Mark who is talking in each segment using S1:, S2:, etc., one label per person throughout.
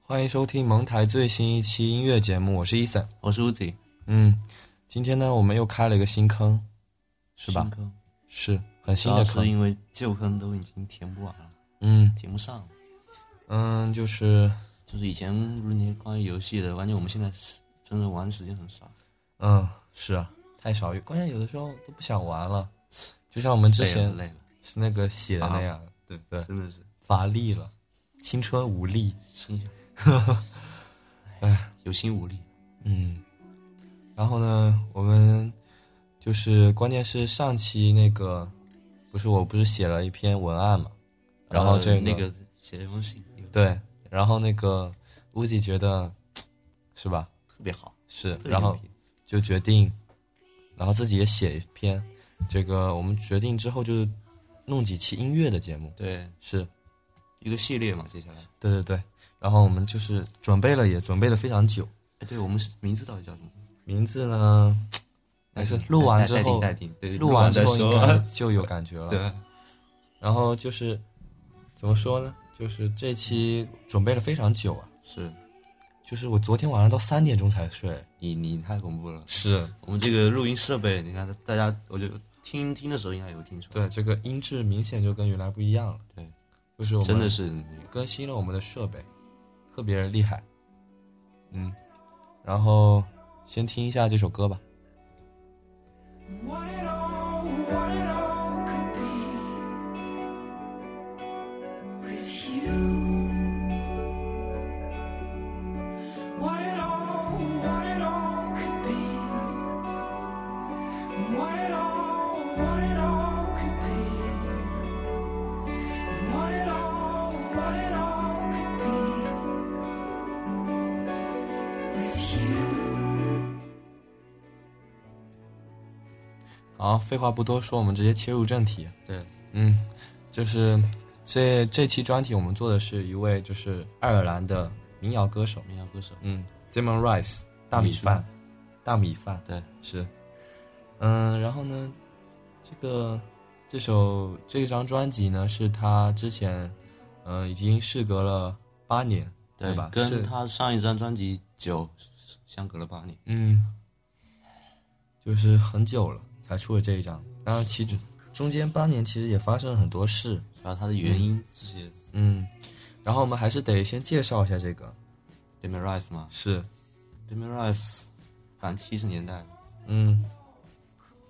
S1: 欢迎收听蒙台最新一期音乐节目，我是伊森。
S2: 我是 Uzi，
S1: 嗯，今天呢，我们又开了一个新坑，是吧
S2: 新？坑
S1: 是很
S2: 主
S1: 新
S2: 要
S1: 的
S2: 是
S1: 坑。
S2: 因为旧坑都已经填不完了，
S1: 嗯
S2: 填不上了。
S1: 嗯，就是
S2: 就是以前录那些关于游戏的，关键我们现在是真的玩的时间很少。
S1: 嗯是啊，太少，关键有的时候都不想玩了。就像我们之前
S2: 哎累了，累了
S1: 是那个写的那样，对不对？
S2: 真的是
S1: 乏力了，青春无力。
S2: 心，哎，有心无力。
S1: 嗯，然后呢，我们就是关键是上期那个，不是我不是写了一篇文案嘛，然后
S2: 呃
S1: 这
S2: 那个写了一封信，有
S1: 对，然后那个乌吉觉得是吧？
S2: 特别好，
S1: 是
S2: 特，别
S1: 然后
S2: 牛逼
S1: 就决定，然后自己也写一篇。这个我们决定之后就是弄几期音乐的节目，
S2: 对
S1: 是
S2: 一个系列嘛，接下来，
S1: 对对对。然后我们就是准备了，也准备了非常久。
S2: 哎，对我们是名字到底叫什么？
S1: 名字呢，还是录完之后，
S2: 待定，待定对，
S1: 录
S2: 完
S1: 完之后
S2: 再
S1: 应
S2: 说
S1: 该就有感觉了。
S2: 对，
S1: 然后就是怎么说呢？就是这期准备了非常久啊，
S2: 是
S1: 就是我昨天晚上到三点钟才睡。
S2: 你你太恐怖了。
S1: 是，
S2: 我们这个录音设备，你看大家，我就听听的时候应该有听出
S1: 对，
S2: 来，
S1: 这个音质明显就跟原来不一样了。
S2: 对，
S1: 就是我们
S2: 真的是
S1: 更新了我们的设备，特别厉害。嗯，然后先听一下这首歌吧。
S3: What it all, what it all could be with you. What it all, what it all could be. What it all, what it all could be. What it all, what it all could be with you.
S1: 好，废话不多说，我们直接切入正题。
S2: 对，
S1: 嗯，就是这这期专题我们做的是一位就是爱尔兰的民谣歌手，
S2: 民谣歌手，
S1: 嗯，Damon Rice，大米饭，大米饭
S2: 对，
S1: 是，嗯，然后呢，这个这首这张专辑呢是他之前，嗯、已经事隔了八年，对吧？是
S2: 跟他上一张专辑《九》相隔了八年，
S1: 嗯，就是很久了才出了这一张，当然其中中间八年其实也发生了很多事，
S2: 然后他的原因这些
S1: 嗯，然后我们还是得先介绍一下这个，
S2: d e m i r i c e 嘛
S1: 是，
S2: d e m i r i c e 反正七十年代的
S1: 嗯，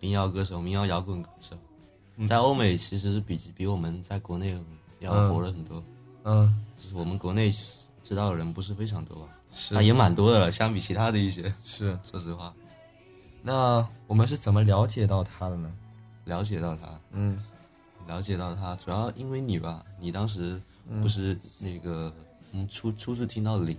S2: 民谣歌手、民谣摇滚歌手，
S1: 嗯
S2: 在欧美其实是比比我们在国内要火了很多，
S1: 嗯，
S2: 就是我们国内知道的人不是非常多吧，
S1: 是
S2: 那也蛮多的了，相比其他的一些，
S1: 是。
S2: 说实话，
S1: 那我们是怎么了解到他的呢？
S2: 了解到他，
S1: 嗯，
S2: 了解到他，主要因为你吧，你当时不是那个，嗯，初初次听到零，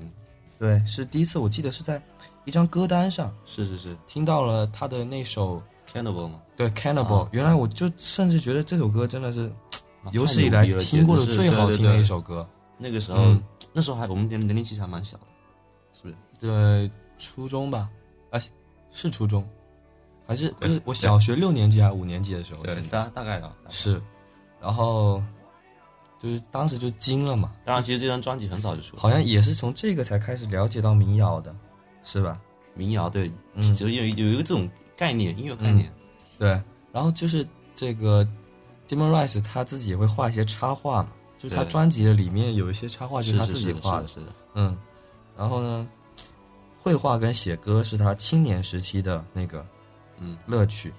S1: 对，是第一次，我记得是在一张歌单上
S2: 是是是
S1: 听到了他的那首
S2: ，Cannibal 嘛，
S1: 对《Cannibal、
S2: 啊
S1: 原来我就甚至觉得这首歌真的是
S2: 妈
S1: 有
S2: 太
S1: 史以
S2: 牛
S1: 来
S2: 逼了
S1: 听过的
S2: 简直
S1: 最
S2: 是
S1: 好听的一。
S2: 对对对
S1: 首歌。
S2: 那个时候，
S1: 嗯
S2: 那时候还我们年年龄其实还蛮小的，是不是？
S1: 对，初中吧，啊，是初中，还是不
S2: 对
S1: 是我小学六年级还是五年级的时候听的？
S2: 大大概啊吧。大概
S1: 是，然后就是当时就惊了嘛，
S2: 当然，其实这张专辑很早就出了，
S1: 好像也是从这个才开始了解到民谣的，是吧？
S2: 民谣对，
S1: 嗯
S2: 就有有一个这种概念，音乐概念，
S1: 对，然后就是这个 Demon Rice 他自己也会画一些插画嘛，就是他
S2: 对
S1: 专辑的里面有一些插画就是是他
S2: 是
S1: 自己
S2: 是的
S1: 画
S2: 是的，是的
S1: 嗯，然后呢，绘画跟写歌是他青年时期的那个
S2: 嗯，
S1: 乐趣。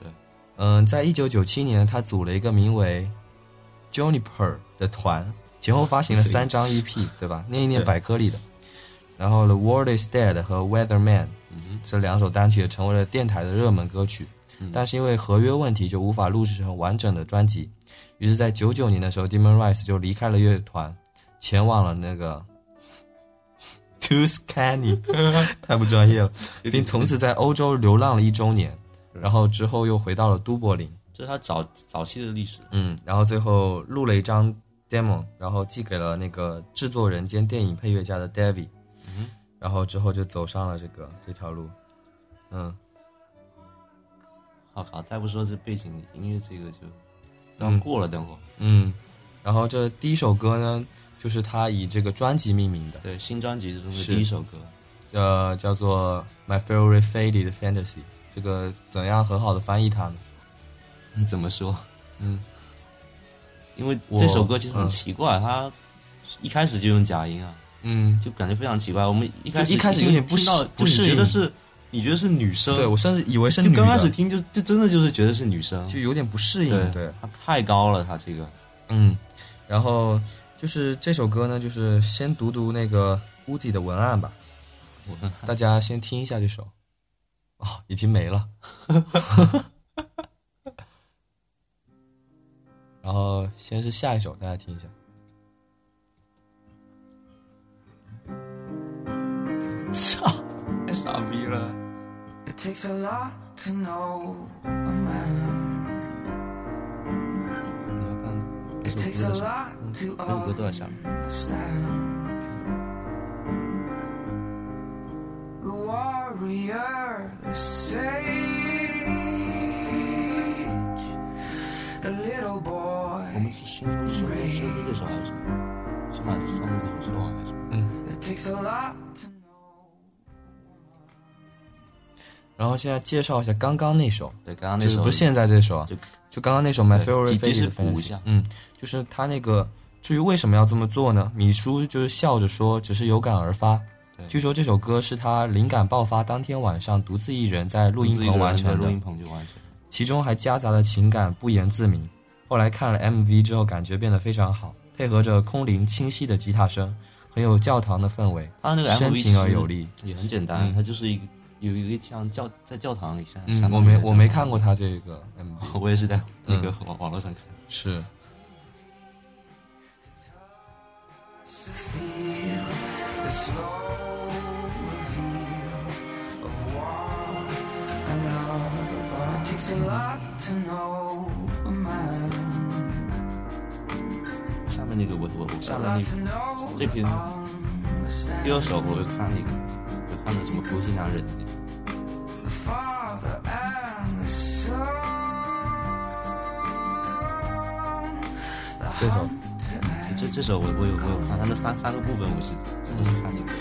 S2: 对，
S1: 嗯，在一九九七年，他组了一个名为 Juniper 的团，前后发行了三张 EP，对吧？念一念
S2: 对
S1: 百科里的。然后，《The World Is Dead》和《Weatherman》
S2: 嗯哼，
S1: 这两首单曲也成为了电台的热门歌曲，
S2: 嗯
S1: 但是因为合约问题就无法录制成完整的专辑。于是，在九九年的时候，Demon Rice 就离开了乐团，前往了那个 Tuscany，太不专业了，并从此在欧洲流浪了一周年，然后之后又回到了都柏林，
S2: 这是他早早期的历史，
S1: 嗯，然后最后录了一张 demo，然后寄给了那个制作人兼电影配乐家的 David，、然后之后就走上了这个这条路，嗯。
S2: 我靠，再不说这背景音乐这个就都要过了，等会儿。
S1: 嗯，然后这第一首歌呢，就是他以这个专辑命名的，
S2: 对，新专辑中的
S1: 是
S2: 第一首 歌，
S1: 呃，叫做《My Favorite Faded Fantasy》。这个怎样很好的翻译它呢？
S2: 怎么说？
S1: 嗯，
S2: 因为
S1: 我
S2: 这首歌其实很
S1: 嗯
S2: 奇怪，它一开始就用假音啊，
S1: 嗯，
S2: 就感觉非常奇怪。我们一开始
S1: 就一开始有点不
S2: 听到，
S1: 适
S2: 就
S1: 不适
S2: 是
S1: 应
S2: 觉得是，你觉得是女生，
S1: 对我甚至以为是
S2: 就
S1: 女
S2: 刚
S1: 的
S2: 开始听就就真的就是觉得是女生，
S1: 就有点不适应，
S2: 对，
S1: 对
S2: 它太高了，它这个
S1: 嗯，然后就是这首歌呢，就是先读读那个 Uzi 的文案吧，
S2: 我
S1: 大家先听一下这首。哦，已经没了。 然后先是下一首，大家听一下。
S2: 操，太傻逼了。
S3: It takes a lot to know a man.
S2: 你要看哎这
S3: It
S2: 首
S3: takes a lot to
S2: 歌多少？这首歌多少下？
S3: understand. The warrior, the sage, the little
S2: 我们
S3: boy.
S2: 是先从先从先出这首还是什么？先把上面这首说完还是什么？
S3: It takes a lot to know.
S1: 然后现在介绍一下刚刚那首，
S2: 对，刚刚那
S1: 就是
S2: 首
S1: 不是现在这首啊，
S2: 就
S1: 就刚刚那首《My
S2: 对
S1: Favorite
S2: 及及
S1: Faded
S2: 时
S1: Fantasy》，
S2: 补一下
S1: 嗯，就是他那个。至于为什么要这么做呢？米叔就是笑着说，只是有感而发。
S2: 对
S1: 据说这首歌是他灵感爆发当天晚上独自一人在录音
S2: 自己一个
S1: 棚
S2: 人
S1: 完
S2: 在
S1: 成
S2: 录
S1: 的
S2: 音，棚就完成了。
S1: 其中还夹杂了情感，不言自明。后来看了 MV 之后，感觉变得非常好，配合着空灵清晰的吉他声，很有教堂的氛围，
S2: 他那个 MV
S1: 深
S2: 其实
S1: 情而有力。
S2: 也很简单，
S1: 嗯
S2: 它就是一个有一个像教在教堂里像。
S1: 嗯
S2: 像，
S1: 我没我没看过，嗯他这个 MV，
S2: 我也是在那个网网络上看。
S1: 是
S3: Feel the slow reveal of what I love about. It takes a lot to know a man.
S2: 上面那个我我我
S3: A
S2: 上面
S3: lot to know
S2: 那个这
S3: to
S2: 篇
S3: understand.
S2: 第二首我又看了一个，我看的什么《孤星男人》那个，
S3: The father and the son. The
S1: 这首
S3: hunter
S2: 哎
S3: and
S2: 这这首我我有我有看，它那三三个部分我是我是看那个。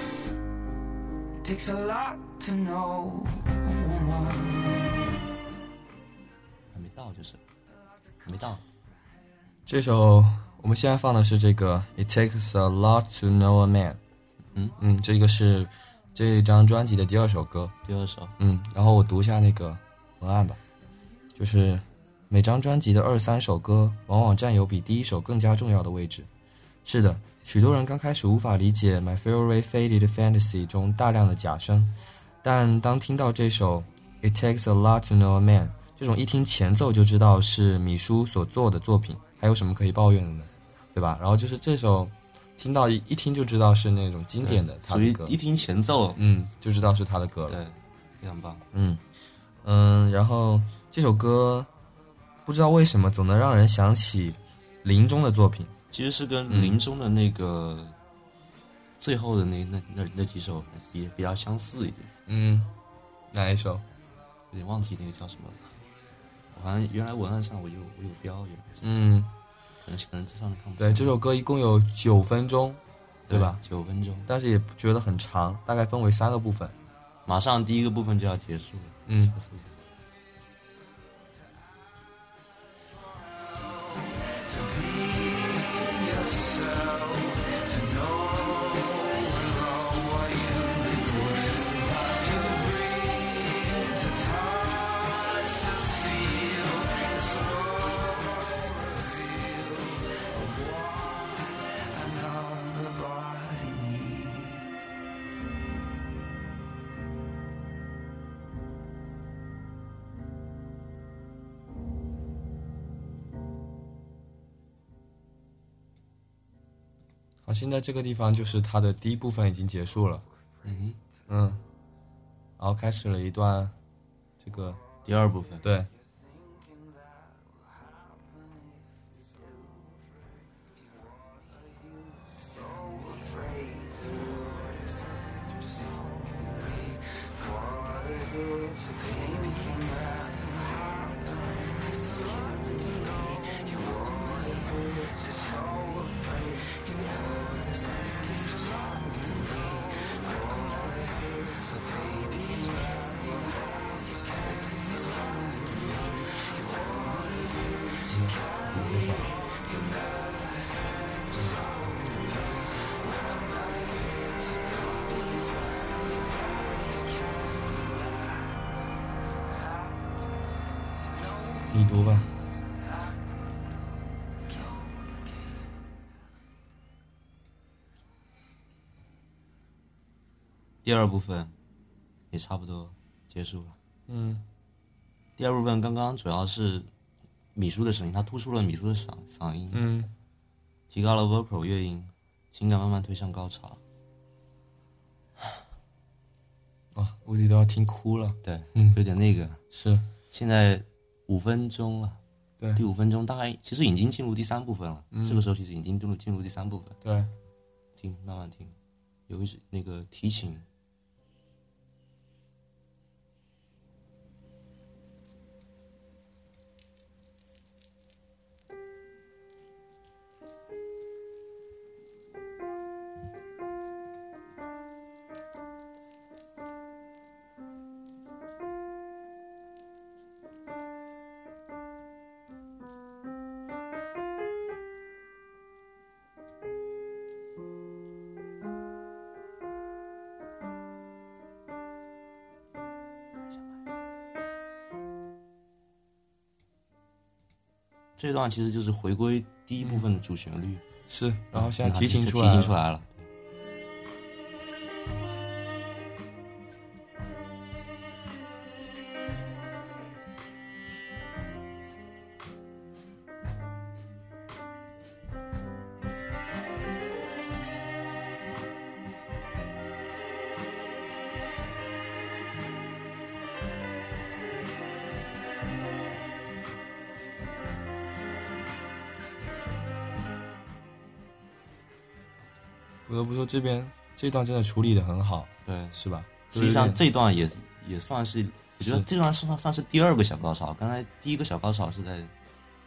S3: It takes a lot to know a woman.
S2: 还没到，就是还没到。
S1: 这首我们现在放的是这个《It Takes a Lot to Know a Man》。
S2: 嗯
S1: 嗯，这个是这张专辑的第二首歌。
S2: 第二首，
S1: 嗯，然后我读一下那个文案吧，就是每张专辑的二三首歌往往占有比第一首更加重要的位置。是的，许多人刚开始无法理解《My Favorite Faded Fantasy》中大量的假声，但当听到这首《It Takes a Lot to Know a Man》这种一听前奏就知道是米叔所做的作品，还有什么可以抱怨的呢？对吧？然后就是这首，听到一一听就知道是那种经典的他
S2: 属
S1: 的
S2: 于
S1: 歌
S2: 一，听前奏，
S1: 嗯，就知道是他的歌了。
S2: 对，非常棒。
S1: 嗯嗯，然后这首歌不知道为什么总能让人想起林中的作品，
S2: 其实是跟林中的那个、最后的那那那那几首比比较相似一点，
S1: 嗯，哪一首？
S2: 有点忘记那个叫什么了。我好像原来文案上我有我有标，原来是
S1: 嗯，
S2: 可能可能这上面看不
S1: 对，这首歌一共有九分钟，对
S2: 对
S1: 吧？？
S2: 九分钟，
S1: 但是也不觉得很长，大概分为三个部分。
S2: 马上第一个部分就要结束了。
S1: 嗯，
S3: Another body needs.
S1: 好，现在这个地方就是它的第一部分已经结束了。
S2: 嗯
S1: 嗯，然后开始了一段这个
S2: 哼，第二部分，
S1: 对，读吧。
S2: 第二部分也差不多结束了。
S1: 嗯，
S2: 第二部分刚刚主要是米叔的声音，他突出了米叔的嗓嗓音，
S1: 嗯，
S2: 提高了 vocal 乐音，情感慢慢推向高潮。
S1: 啊，估计都要听哭了。
S2: 对，
S1: 嗯
S2: 有点那个。
S1: 是，
S2: 现在五分钟了，
S1: 对嗯
S2: 第五分钟大概其实已经进入第三部分了。这个时候其实已经进入进入第三部分，
S1: 对，
S2: 听慢慢听，有一只那个提琴，这段其实就是回归第一部分的主旋律。
S1: 是。嗯然后现在
S2: 那
S1: 提
S2: 就
S1: 琴
S2: 是
S1: 出
S2: 提
S1: 来
S2: 琴
S1: 了，
S2: 出来了。
S1: 不得不说这边这段真的处理的很好，
S2: 对，
S1: 是吧？
S2: 实际上
S1: 就是
S2: 这段也也算是，我觉得
S1: 是
S2: 这段算算是第二个小高潮。刚才第一个小高潮是在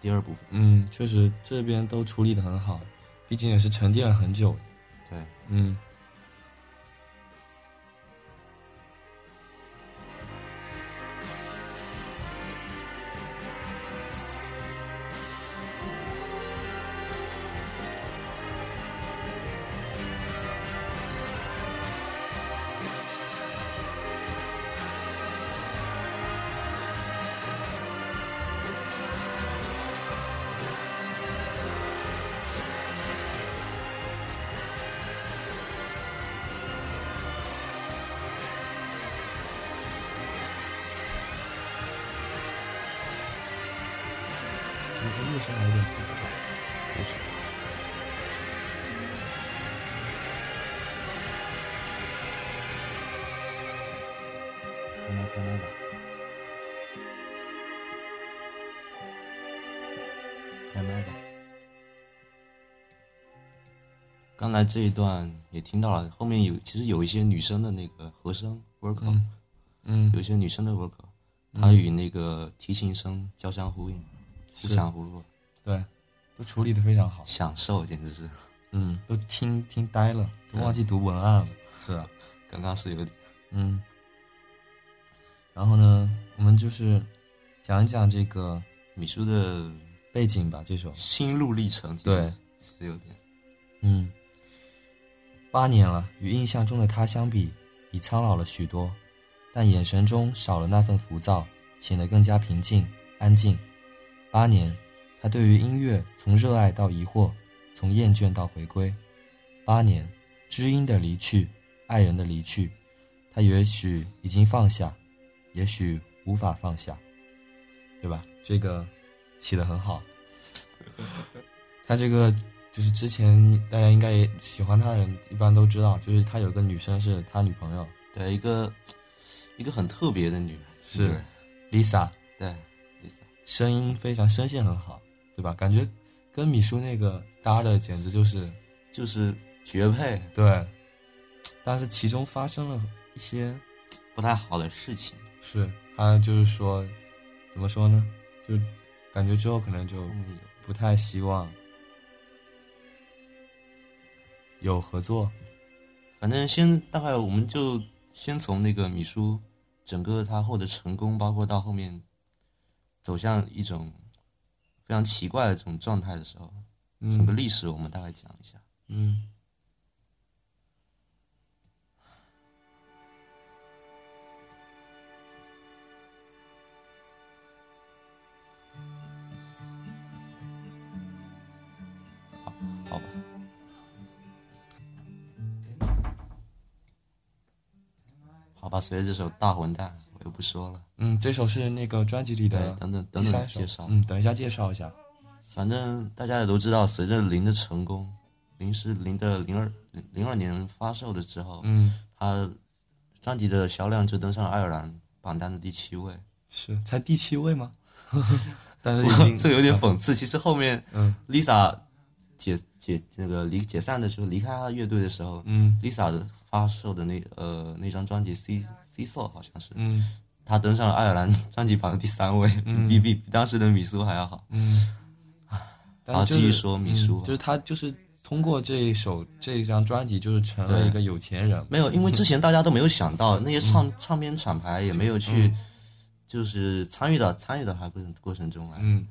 S2: 第二部分。
S1: 嗯，确实这边都处理的很好，毕竟也是沉淀了很久。
S2: 对，
S1: 嗯，怎么又是来一点不是，
S2: 看来看来吧。开麦吧。刚才这一段也听到了，后面有其实有一些女生的那个和声 vocal，、
S1: 嗯
S2: 有一些女生的 vocal，它与那个提琴声交相呼应，互
S1: 是
S2: 相呼应，
S1: 对，都处理的非常好，
S2: 享受简直是。
S1: 嗯，都听听呆了，都忘记读文案了。是啊，
S2: 刚刚是有点
S1: 嗯，然后呢，我们就是讲一讲这个
S2: 米叔的
S1: 背景吧，这首，
S2: 心路历程，其
S1: 对
S2: 实是有点
S1: 嗯，八年了，与印象中的他相比，已苍老了许多，但眼神中少了那份浮躁，显得更加平静安静。八年，他对于音乐从热爱到疑惑，从厌倦到回归。八年，知音的离去，爱人的离去，他也许已经放下，也许无法放下，对吧？这个写的很好。 他这个就是之前大家应该也喜欢他的人一般都知道，就是他有个女生是他女朋友
S2: 对一个一个很特别的女人，
S1: 是
S2: 女人
S1: Lisa，
S2: 对，Lisa，
S1: 声音非常声线很好，对吧？感觉跟米叔那个搭的简直就是
S2: 就是绝配，
S1: 对，但是其中发生了一些
S2: 不太好的事情，
S1: 是他就是说怎么说呢，就感觉之后可能就
S2: 后面有
S1: 不太希望有合作，
S2: 反正先大概我们就先从那个米叔整个他获得成功，包括到后面走向一种非常奇怪的这种状态的时候，整个
S1: 嗯
S2: 历史我们大概讲一下。
S1: 嗯，
S2: 我吧，随着这首《大混蛋》，我就不说了。
S1: 嗯，这首是那个专辑里
S2: 对
S1: 的，
S2: 等等
S1: 啊第
S2: 等等
S1: 三首
S2: 介绍。
S1: 嗯，等一下介绍一下。
S2: 反正大家也都知道，随着零的成功，零是零的零二零二年发售的之后，
S1: 嗯，
S2: 他专辑的销量就登上了爱尔兰榜单的第七位。
S1: 是才第七位吗？但是 已经
S2: 这个有点讽刺。其实后面
S1: 嗯
S2: Lisa 解解那个离解散的时候，离开她的乐队的时候
S1: 嗯
S2: ，Lisa 的发售的那呃那张专辑《C C s o 好像是，
S1: 嗯
S2: 她登上了爱尔兰专辑榜的第三位，
S1: 嗯
S2: 比比比当时的米苏还要好。
S1: 嗯。但是
S2: 好
S1: 就是
S2: 继续说米叔
S1: 嗯就是他就是通过这一首这一张专辑，就是成了
S2: 对
S1: 一个有钱人。
S2: 没有，因为之前大家都没有想到，那些唱、
S1: 嗯
S2: 唱片厂牌也没有去，就是参与到参与到他过程过程中来。
S1: 嗯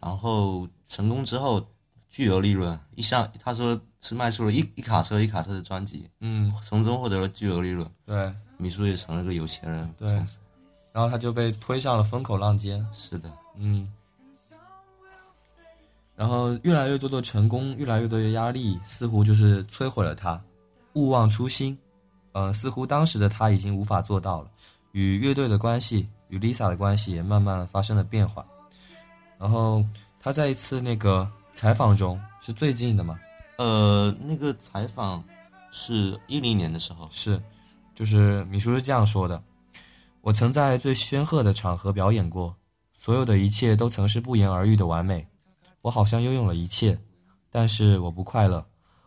S2: 然后成功之后巨额利润，一下他说是卖出了一一卡车一卡车的专辑，
S1: 嗯，
S2: 从中获得了巨额利润。
S1: 对。
S2: 米叔也成了个有钱人，
S1: 对
S2: 从此
S1: 然后他就被推上了风口浪尖。
S2: 是的，
S1: 嗯。然后越来越多的成功，越来越多的压力，似乎就是摧毁了他，勿忘初心。嗯，似乎当时的他已经无法做到了，与乐队的关系，与 Lisa 的关系也慢慢发生了变化。然后他在一次那个采访中，是最近的嘛？
S2: 呃，那个采访是一零年的时候，
S1: 是，就是米叔是这样说的：我曾在最煊赫的场合表演过，所有的一切都曾是不言而喻的完美。我好像拥有了一切，但是我不快乐。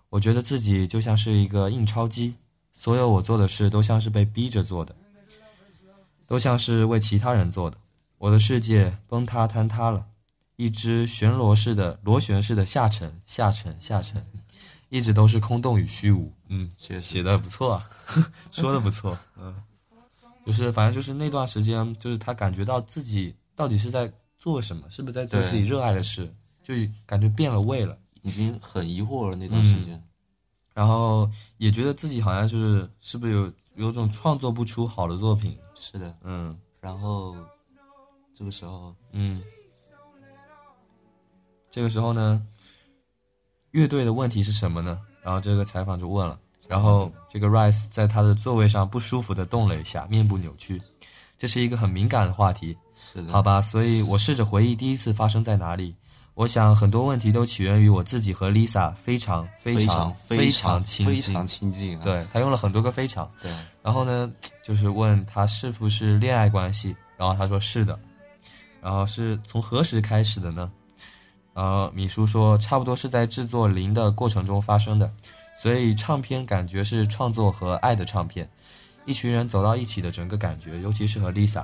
S1: 我觉得自己就像是一个印钞机，所有我做的事都像是被逼着做的，都像是为其他人做的。我的世界崩塌坍塌了，一只旋螺式的螺旋式的下沉下沉下沉，一直都是空洞与虚无。嗯，
S2: 确实
S1: 写的不错 啊，说的不错，嗯，就是反正就是那段时间，就是他感觉到自己到底是在做什么，是不是在做
S2: 对
S1: 自己热爱的事，就感觉变了味了，
S2: 已经很疑惑了那段时间。
S1: 嗯然后也觉得自己好像就是是不是有有种创作不出好的作品，
S2: 是的，
S1: 嗯
S2: 然后这个时候，
S1: 嗯，这个时候呢，乐队的问题是什么呢？然后这个采访就问了，然后这个 Rice 在他的座位上不舒服的动了一下，面部扭曲，这是一个很敏感的话题，
S2: 是的，
S1: 好吧，所以我试着回忆第一次发生在哪里。我想很多问题都起源于我自己和 Lisa 非常非
S2: 非
S1: 常
S2: 常
S1: 非
S2: 常
S1: 亲
S2: 非
S1: 近
S2: 常，亲近啊，
S1: 对他用了很多个非常。
S2: 对，
S1: 然后呢，就是问他是不是恋爱关系，然后他说是的。然后是从何时开始的呢？然后米叔说，差不多是在制作《零》的过程中发生的，所以唱片感觉是创作和爱的唱片，一群人走到一起的整个感觉，尤其是和 Lisa，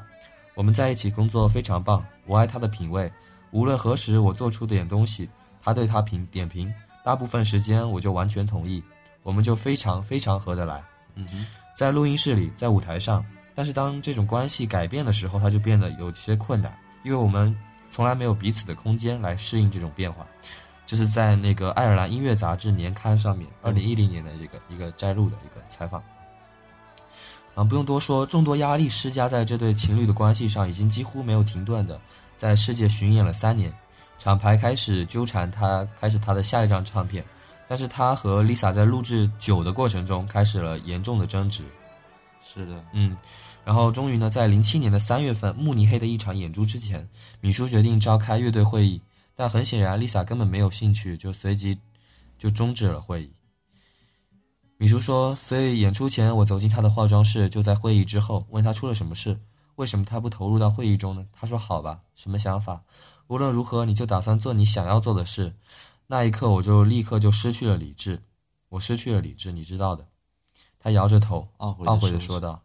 S1: 我们在一起工作非常棒，我爱她的品味，无论何时我做出点东西，她对她评点评，大部分时间我就完全同意，我们就非常非常合得来。
S2: 嗯哼，
S1: 在录音室里，在舞台上。但是当这种关系改变的时候，它就变得有些困难，因为我们从来没有彼此的空间来适应这种变化。这是在那个爱尔兰音乐杂志年刊上面，二零一零年的一个一个摘录的一个采访。啊，不用多说，众多压力施加在这对情侣的关系上，已经几乎没有停顿的，在世界巡演了三年，厂牌开始纠缠他，开始他的下一张唱片，但是他和 Lisa 在录制九的过程中开始了严重的争执，
S2: 是的，
S1: 嗯，然后终于呢，在零七年的三月份，慕尼黑的一场演出之前，米叔决定召开乐队会议，但很显然，Lisa 根本没有兴趣，就随即就终止了会议。米叔说：“所以演出前，我走进他的化妆室，就在会议之后，问他出了什么事，为什么他不投入到会议中呢？”他说：“好吧，什么想法？无论如何，你就打算做你想要做的事。”那一刻，我就立刻就失去了理智，我失去了理智，你知道的。他摇着头，
S2: 懊悔
S1: 懊悔地
S2: 的
S1: 说，道：“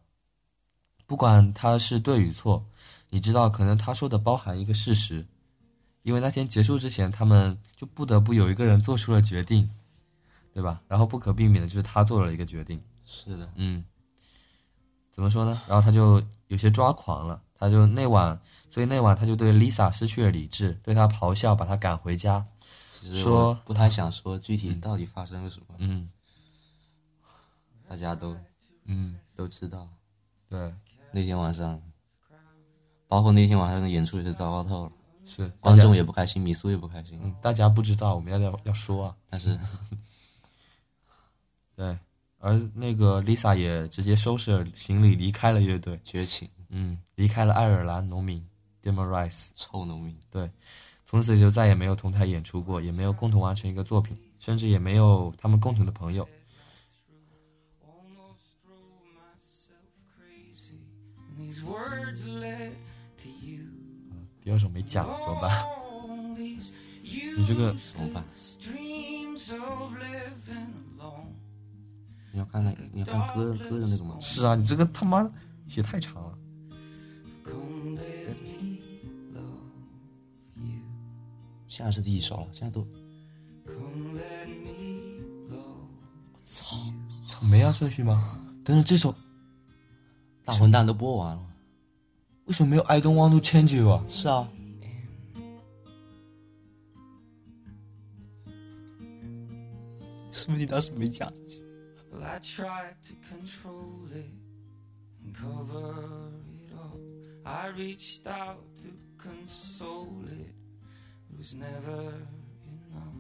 S1: 不管他是对与错，你知道，可能他说的包含一个事实，因为那天结束之前，他们就不得不有一个人做出了决定，对吧？然后不可避免的就是他做了一个决定，
S2: 是的，
S1: 嗯，怎么说呢？然后他就有些抓狂了，他就那晚，所以那晚他就对 Lisa 失去了理智，对她咆哮，把她赶回家，
S2: 其实
S1: 说
S2: 我不太想说具体到底发生了什么，
S1: 嗯
S2: 大家都
S1: 嗯，
S2: 都知道。
S1: 对，
S2: 那天晚上，包括那天晚上的演出也是糟糕透了，
S1: 是嗯
S2: 观众
S1: 也，
S2: 也不开心，米苏也不开 心。
S1: 嗯，大家不知道，我们要要要说啊。”
S2: 但是
S1: 对，而那个 Lisa 也直接收拾行李离开了乐队，
S2: 绝情，
S1: 嗯，离开了爱尔兰农民 Demo Rice，
S2: 臭农民，
S1: 从此就再也没有同台演出过，也没有共同完成一个作品，甚至也没有他们共同的朋友。
S3: These words led to you.
S1: 第二首没讲怎么办？
S3: 你
S1: 你这个
S2: 怎么办？你要看那，你要看歌歌的那个吗？
S1: 是啊，你这个他妈写太长了。
S2: 现在是第一首了，现在都
S1: 没啊按顺序吗？
S2: 等等这首大混蛋都播完了，
S1: 为什么没有 I don't want to change you 啊？
S2: 是啊，
S1: 是不是你当时没加进去？
S3: Well, I tried to control it and cover it up. I reached out to console it. It was never enough.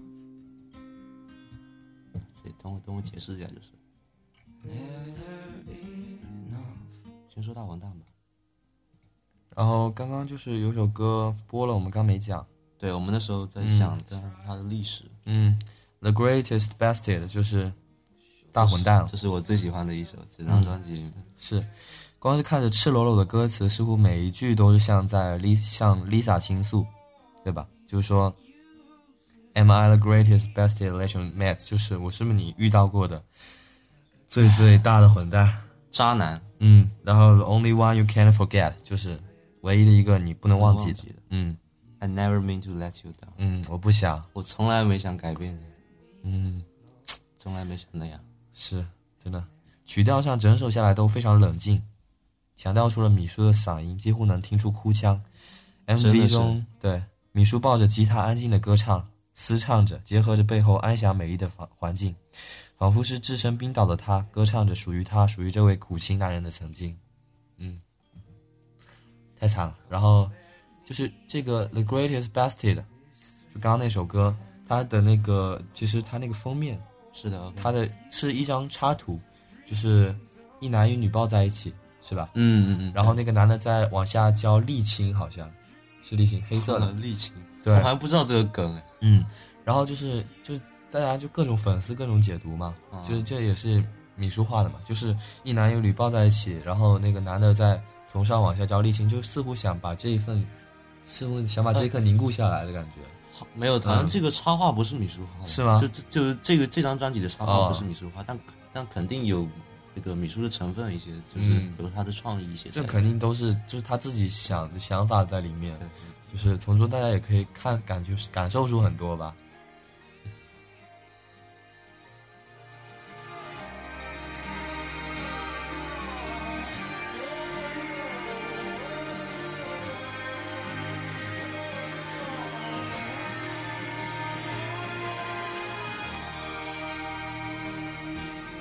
S2: 这等我等我解释一下，就是
S3: Never enough.
S2: 先说大混蛋吧。
S1: 然后刚刚就是有首歌播了，我们刚没讲，
S2: 对我们那时候在想它的历史，
S1: 嗯，The Greatest Bastard 就是大混蛋了，
S2: 这是我最喜欢的一首，这
S1: 嗯
S2: 张专辑里面。
S1: 是，光是看着赤裸裸的歌词，似乎每一句都是像在 Li 向 Lisa 倾诉，对吧？就是说，Am I the greatest best relation met？就是我是不是你遇到过的最最大的混蛋？
S2: 渣男
S1: 嗯，然后 The only one you can't forget 就是唯一的一个你不能忘记
S2: 记
S1: 的。嗯
S2: ，I never mean to let you down，
S1: 嗯，我不想，
S2: 我从来没想改变你，
S1: 嗯，
S2: 从来没想那样。
S1: 是真的。曲调上整首下来都非常冷静，强调出了米叔的嗓音，几乎能听出哭腔。
S2: 真的
S1: MV
S2: 是
S1: 中，对米叔抱着吉他安静的歌唱，嘶唱着，结合着背后安详美丽的环环境，仿佛是置身冰岛的他，歌唱着属于他，属于这位苦情男人的曾经。嗯，太惨了。然后就是这个《The Greatest Bastard》，就刚刚那首歌，它的那个其实它那个封面
S2: 是的，OK，
S1: 它的是一张插图，就是一男一女抱在一起，是吧？
S2: 嗯嗯嗯，
S1: 然后那个男的在往下浇沥青，好像是沥青，黑色的。
S2: 沥青，
S1: 对
S2: 嗯我好像不知道这个梗哎，
S1: 嗯，然后就是就大家就各种粉丝各种解读嘛，
S2: 啊
S1: 就是这也是米叔画的嘛，就是一男一女抱在一起，然后那个男的在从上往下浇沥青，就似乎想把这一份，似乎想把这一刻凝固下来的感觉。
S2: 好没有，好像这个插画不是米叔画的，
S1: 嗯是吗
S2: 就就就这个这张专辑的插
S1: 哦
S2: 画不是米叔画，但但肯定有那个米叔的成分一些，就是
S1: 嗯
S2: 有他的创意一些在
S1: 这
S2: 里面，
S1: 肯定都是就是他自己想的想法在里面，
S2: 对
S1: 就是从中大家也可以看感觉感受出很多吧。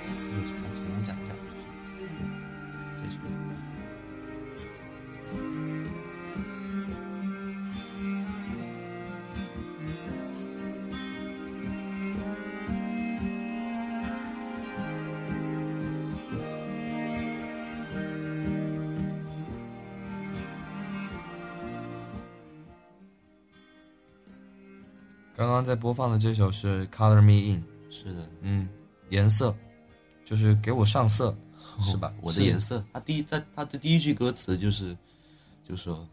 S2: 就是简单简单讲一下，这是
S1: 刚刚在播放的这首是《Color Me In》，
S2: 是的，
S1: 嗯，颜色，就是给我上色，是吧？
S2: 我的
S1: 是
S2: 颜色，他第一在他的第一句歌词就是，就说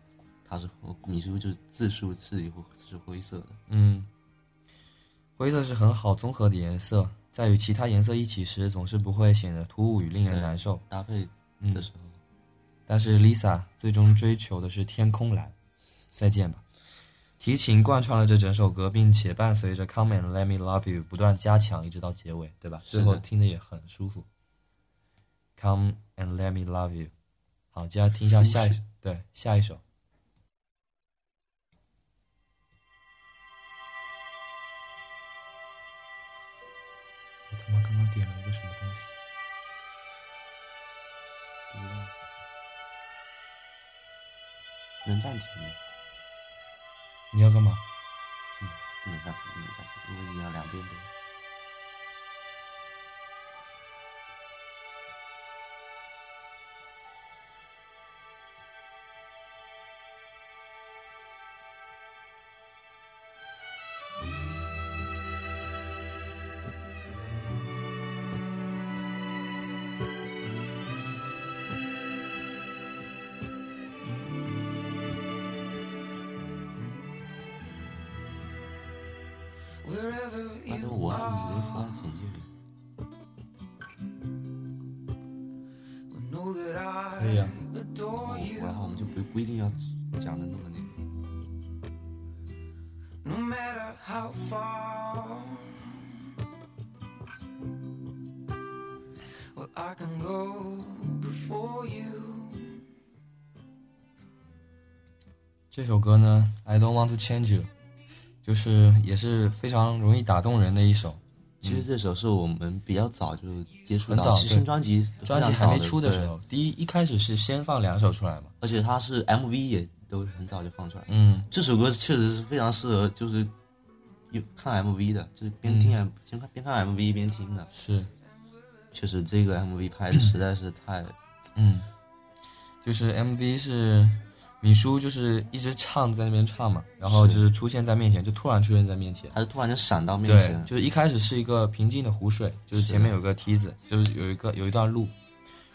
S2: 他是米叔就是自述是以后是灰色的，
S1: 嗯，灰色是很好综合的颜色，在与其他颜色一起时，总是不会显得突兀与令人
S2: 对
S1: 难受。
S2: 搭配
S1: 嗯
S2: 的时候，
S1: 但是 Lisa 最终追求的是天空蓝。再见吧，提琴贯穿了这整首歌，并且伴随着 Come and Let Me Love You 不断加强，一直到结尾，对吧？
S2: 是
S1: 最
S2: 的
S1: 后听的也很舒服。Come and Let Me Love You。好，接下来听一下下一
S2: 舒
S1: 首，对，下一首。我他妈刚刚点了一个什么东西？
S2: 不知道能暂停吗？
S1: 你要干嘛？
S2: 不能暂停，不能暂停，因为你要两边都。
S3: wherever
S2: 那都
S3: you
S2: 我按直接
S3: are.
S2: 发简介里。
S3: Well, know that I
S1: 可以啊，
S2: 然后
S3: adore
S2: 然后我
S3: you.
S2: 们就不不一定要讲的那么那个，
S3: No matter how far. Well, I can go before you.
S1: 这首歌呢，I don't want to change you，就是也是非常容易打动人的一首。
S2: 其实这首是我们比较早就接触
S1: 很早
S2: 到，其实
S1: 对
S2: 新专辑
S1: 专辑
S2: 非
S1: 还
S2: 常早
S1: 没出的时，
S2: 对
S1: 候，第一一开始是先放两首出来嘛。
S2: 而且它是 MV 也都很早就放出来。
S1: 嗯，
S2: 这首歌确实是非常适合，就是有看 MV 的，就是边
S1: 嗯
S2: 听 M 边看边看 MV 边听的。
S1: 是，
S2: 确实，这个 MV 拍的实在是太
S1: 嗯，就是 MV 是米叔就是一直唱在那边唱嘛，然后
S2: 是
S1: 就是出现在面前，就突然出现在面前。
S2: 他就突然就闪到面
S1: 对
S2: 前，，
S1: 就是一开始是一个平静的湖水，就是前面有个梯子，就是有一个有一段路，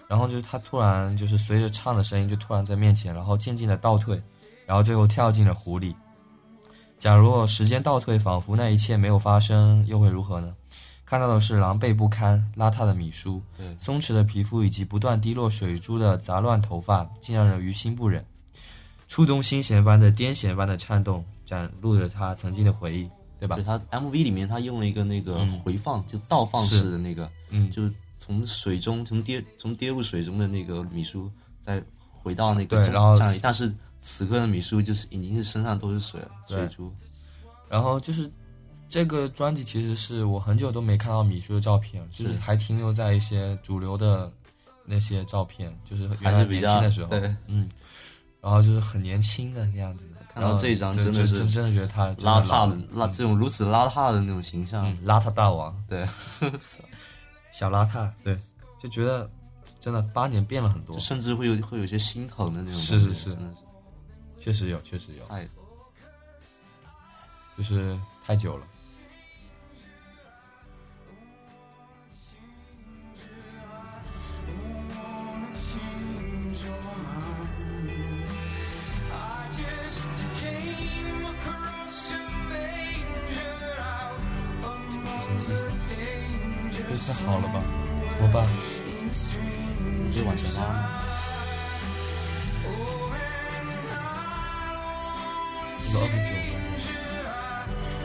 S1: 然后就是他突然就是随着唱的声音就突然在面前，然后渐渐的倒退，然后最后跳进了湖里。假如时间倒退，仿佛那一切没有发生，又会如何呢？看到的是狼狈不堪、邋遢的米叔，
S2: 对
S1: 松弛的皮肤以及不断滴落水珠的杂乱头发，竟让人于心不忍。触动心弦般的、癫痫般的颤动，展露着他曾经的回忆，对吧
S2: 对？他 MV 里面他用了一个那个回放，就倒放
S1: 嗯是
S2: 式的那个，
S1: 嗯
S2: 就从水中从跌从跌入水中的那个米叔，再回到那个
S1: 对
S2: 站
S1: 然后
S2: 站里，但是此刻的米叔就是已经是身上都是水了，
S1: 对
S2: 水珠，
S1: 然后就是这个专辑，其实是我很久都没看到米叔的照片，就是
S2: 是
S1: 还停留在一些主流的那些照片，就是原
S2: 还
S1: 来
S2: 是比
S1: 年
S2: 较
S1: 轻的时候，
S2: 对，
S1: 嗯，然后就是很年轻的那样子的。
S2: 看到这一张
S1: 然后
S2: 真的是
S1: 真真的觉得他真的
S2: 邋
S1: 老
S2: 遢
S1: 了
S2: 的邋这种如此邋遢的那种形象，
S1: 嗯，邋遢大王，
S2: 对，
S1: 小邋遢，对，就觉得真的八年变了很多
S2: 就，甚至会有会有些心疼的那种
S1: 是
S2: 感觉，
S1: 是是
S2: 真的是哎
S1: 确实有，确实有，
S2: 太
S1: 就是太久了。
S3: I just came across a manger out
S1: 什么意思？这太好了吧？怎么办？
S2: 可以往前拉吗？
S1: 这个二十九分钟。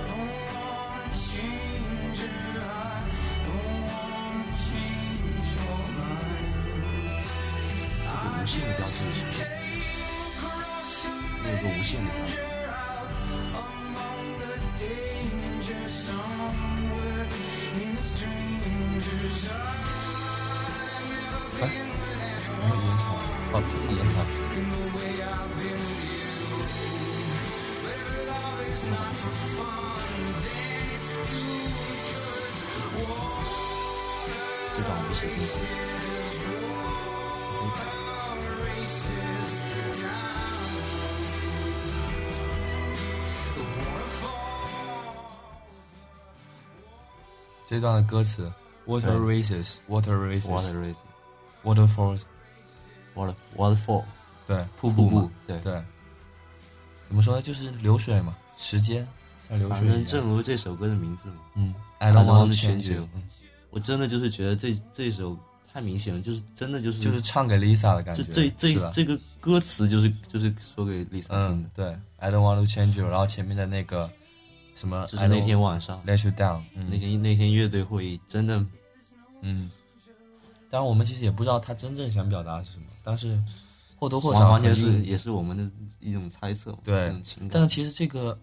S2: 有个无限的标志是吗？那有个无限的标志。
S1: 然后延长，哦，就是延长。
S2: 这段我们写进去。
S1: 这段的歌词，Water
S2: 对
S1: races, water races,
S2: Water race,
S1: waterfalls，
S2: water waterfall，
S1: 对，
S2: 瀑
S1: 布
S2: 布
S1: 嘛，，
S2: 对。
S1: 对。怎么说呢？就是流水嘛，时间像流
S2: 反
S1: 水一
S2: 正
S1: 样。
S2: 正如这首歌的名字嘛，
S1: 嗯，I
S2: I
S1: don't want
S2: don't
S1: to
S2: wanna
S1: change
S2: change
S1: you，
S2: you 我真的就是觉得这这首太明显了，就是真的就是
S1: 就是唱给 Lisa 的感觉。
S2: 就这
S1: 是
S2: 这
S1: 吧
S2: 这个歌词就是就是说给 Lisa 听
S1: 嗯
S2: 的，，
S1: 对，I don't want to change you，然后前面的那个什么，
S2: 就是那天晚上
S1: let you down，嗯
S2: 那天那天乐队会议真的
S1: 嗯。当然，我们其实也不知道他真正想表达的是什么，但是或多或
S2: 完
S1: 少
S2: 完全
S1: 肯定
S2: 是也是我们的一种猜测嘛，
S1: 对
S2: 一种情
S1: 但是
S2: 感，
S1: 其实这个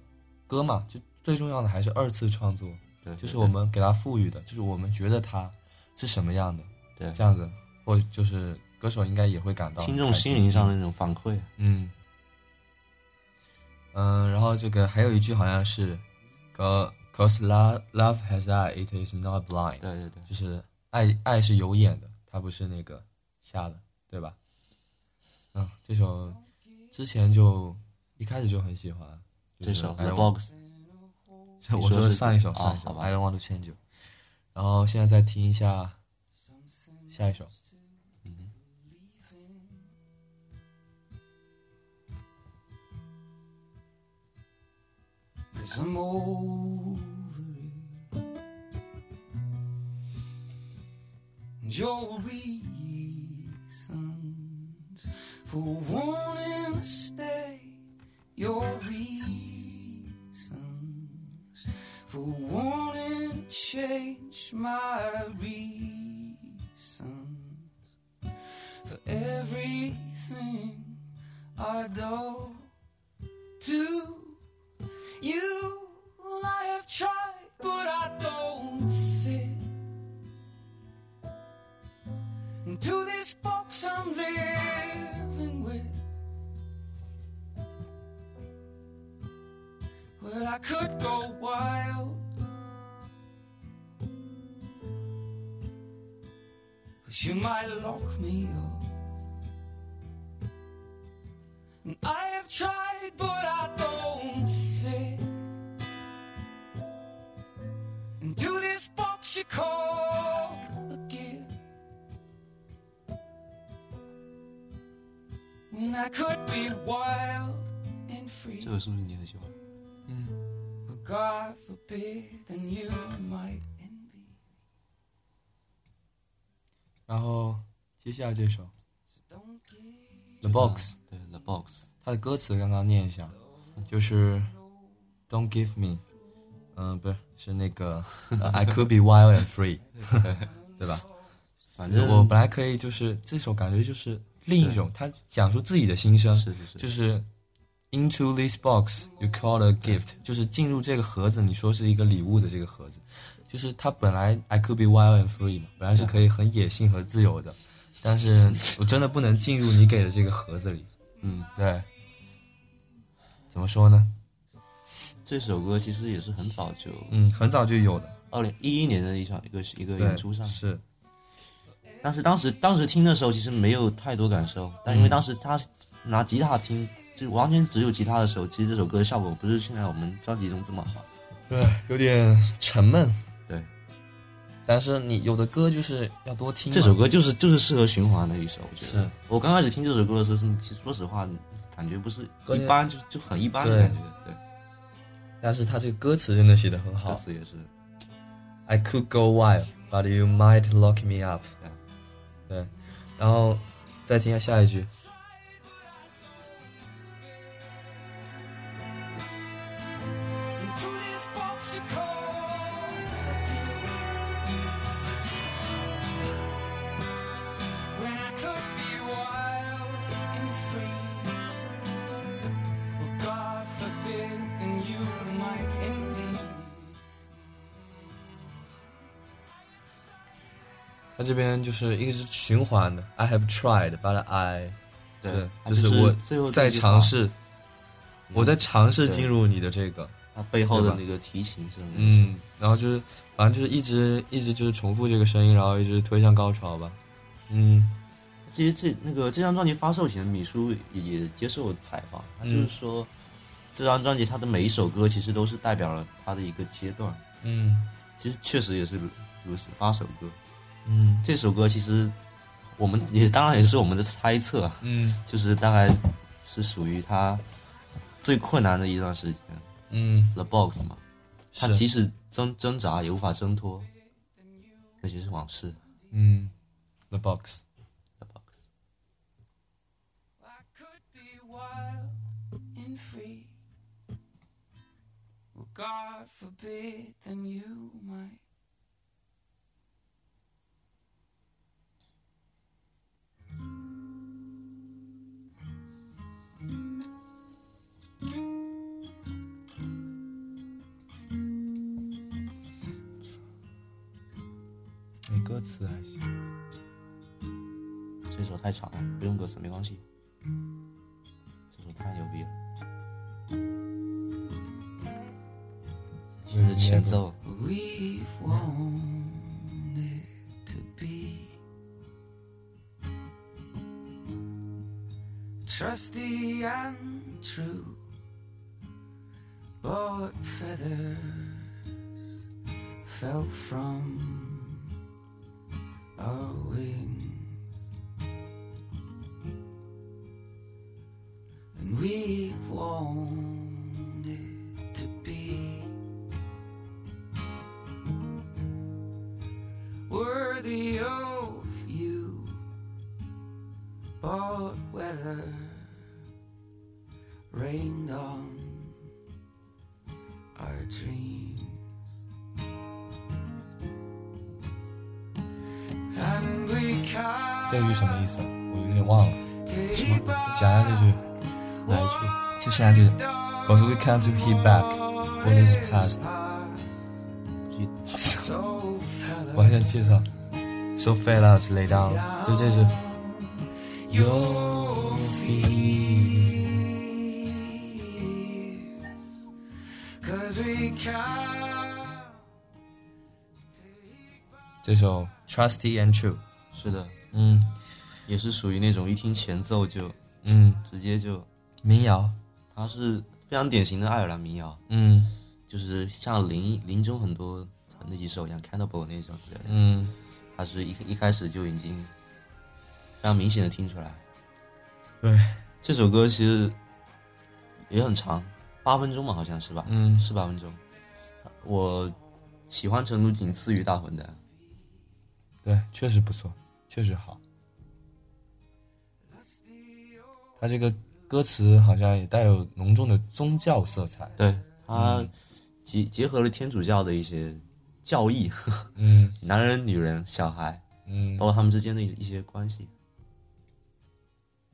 S1: 歌嘛，就最重要的还是二次创作，
S2: 对，对
S1: 就是我们给它赋予的，就是我们觉得它是什么样的，
S2: 对
S1: 这样子，或就是歌手应该也会感到
S2: 听众
S1: 很开心
S2: 心灵上，的那种反馈，啊
S1: 嗯嗯，然后这个还有一句好像是呃 “Cause love love has eye, it is not blind”，
S2: 对对对，
S1: 就是爱爱是有眼的，它不是那个瞎的，对吧？嗯，这首之前就一开始就很喜欢，就
S2: 这
S1: 是哎
S2: 首
S1: I
S2: The
S1: don't-
S2: Box
S1: 这
S2: 你
S1: 我
S2: 说
S1: 说
S2: 是
S1: 上一首，
S2: 哦
S1: 上一首、
S2: 好吧
S1: i don't want to change you。然后现在再听一下下一首，
S3: Cause I'm over it. and your reasons for wanting to stay, your reasons for wanting to change my reasons for everything I do to you. And I have tried, but I don't fit into this box I'm living with. Well, I could go wild, but you might lock me up. And I have tried, but I don't fit into this box you call a gift. When I could be wild and free.
S2: 这个是不是你很喜欢？
S3: But God forbid, and you might envy.
S1: 然后接下来这首
S3: So don't give
S1: The Box，
S2: 对，The Box，
S1: 它的歌词刚刚念一下，就是 Don't give me，嗯、不是，是那个、呃 I could be wild and free，对吧？
S2: 反
S1: 就是
S2: 正
S1: 我本来可以，就是这首感觉就是另一种，他讲述自己的心声，
S2: 是是是，
S1: 就是 Into this box you call a gift，就是进入这个盒子，你说是一个礼物的这个盒子，就是他本来 I could be wild and free 嘛，本来是可以很野性和自由的，但是我真的不能进入你给的这个盒子里。
S2: 嗯，
S1: 对，怎么说呢？
S2: 这首歌其实也是很早就
S1: 嗯，很早就有的，
S2: 二零一一年的一场一个一个演出
S1: 对，
S2: 上，
S1: 是，
S2: 但是当时当时听的时候其实没有太多感受，但
S1: 嗯
S2: 因为当时他拿吉他听，就完全只有吉他的时候，其实这首歌效果不是现在我们专辑中这么好。
S1: 对，有点沉闷，
S2: 对，
S1: 但是你有的歌就是要多听嘛。
S2: 这首歌就是就是适合循环的一首，我觉得
S1: 是。
S2: 我刚开始听这首歌的时候，是其实说实话，感觉不是
S1: 歌
S2: 一般，就就很一般的
S1: 对
S2: 感觉。对，
S1: 但是他这个歌词真的写得很
S2: 歌
S1: 好。
S2: 词也是，
S1: I could go wild, but you might lock me up
S2: 对。
S1: 对，然后再听一下下一句，
S3: into this box you call a gift. When I could be wild and free, but God forbid, and you might envy me.
S1: 他这边就是一个是循环的，I have tried, but I，
S2: 对
S1: 这，
S2: 它
S1: 就是
S2: 是最后
S1: 我
S2: 这
S1: 在
S2: 句
S1: 尝
S2: 话，嗯
S1: 试，我在尝试
S2: 对
S1: 进入你的这个，
S2: 它背后
S1: 对
S2: 的
S1: 吧
S2: 那个提琴声也是，
S1: 嗯，然后就是反正就是一直一直就是重复这个声音，然后一直推向高潮吧，嗯，
S2: 其实这那个这张专辑发售前，米叔也也接受采访，他
S1: 嗯
S2: 就是说，这张专辑他的每一首歌其实都是代表了他的一个阶段。
S1: 嗯
S2: 其实确实也是如如此，八首歌。
S1: 嗯
S2: 这首歌其实我们也当然也是我们的猜测啊，
S1: 嗯
S2: 就是大概是属于他最困难的一段时间
S1: 嗯，
S2: ，The Box 嘛。他
S1: 是
S2: 即使挣挣扎也无法挣脱那些是往事。
S1: 嗯，The Box，
S2: The Box，
S3: I could be wild and free. Well, God forbid, then you might.
S1: 没歌词还行。
S2: 这首太长了，不用歌词没关系。这首太牛逼了，听着前奏，
S3: We've wanted to be trusty and true, but feathers fell from our wings, and we wanted to be. worthy of But weather rained on our dreams. And we
S1: 这句什么意
S3: can't
S1: 思啊？我有点忘了。什么
S3: take？
S1: 讲一下这句，
S2: 哪一句？
S1: 就现在这句。Cause we can't do it back what is past。
S3: So fell
S1: 我还想介绍。So fellas, lay down，就这句。Your feet。
S3: Cause we can't
S1: 这首 Trusty and True。
S2: 是的，
S1: 嗯
S2: 也是属于那种一听前奏就
S1: 嗯，
S2: 直接就，
S1: 民谣。
S2: 它是非常典型的爱尔兰民谣，
S1: 嗯
S2: 就是像林林中很多那几首一样，Cannibal 那种之类的，
S1: 嗯，
S2: 它是一一开始就已经非常明显的听出来。
S1: 对，
S2: 这首歌其实也很长，八分钟吧，好像是吧？
S1: 嗯
S2: 是八分钟。我喜欢程度仅次于大混蛋，
S1: 对，确实不错，确实好。他这个歌词好像也带有浓重的宗教色彩。
S2: 对
S1: 嗯
S2: 它结结合了天主教的一些教义，呵呵
S1: 嗯
S2: 男人、女人、小孩，
S1: 嗯
S2: 包括他们之间的一一些关系。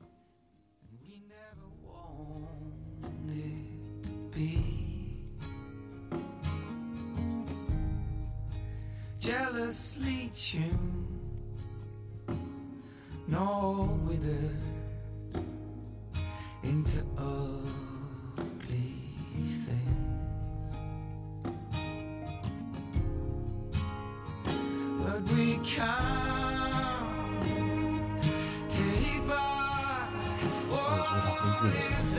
S3: We never wanted to be jealously tuned, nor withered into ugly things. But we can't take back
S2: 这首歌它丰富了想象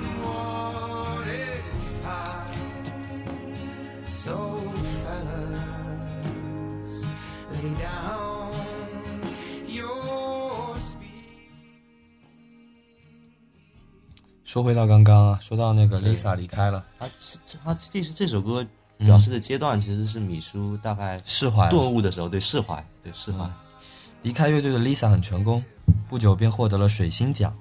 S2: 力，
S3: what is past. So fellas, lay down your speed.
S1: 说回到刚刚啊，说到那个 Lisa 离开了，
S2: 它这这它这是这首歌表示的阶段，其实是米叔大概
S1: 嗯释怀嗯了。
S2: 顿悟的时候，对释怀，对释怀。
S1: 离开乐队的 Lisa 很成功，不久便获得了水星奖。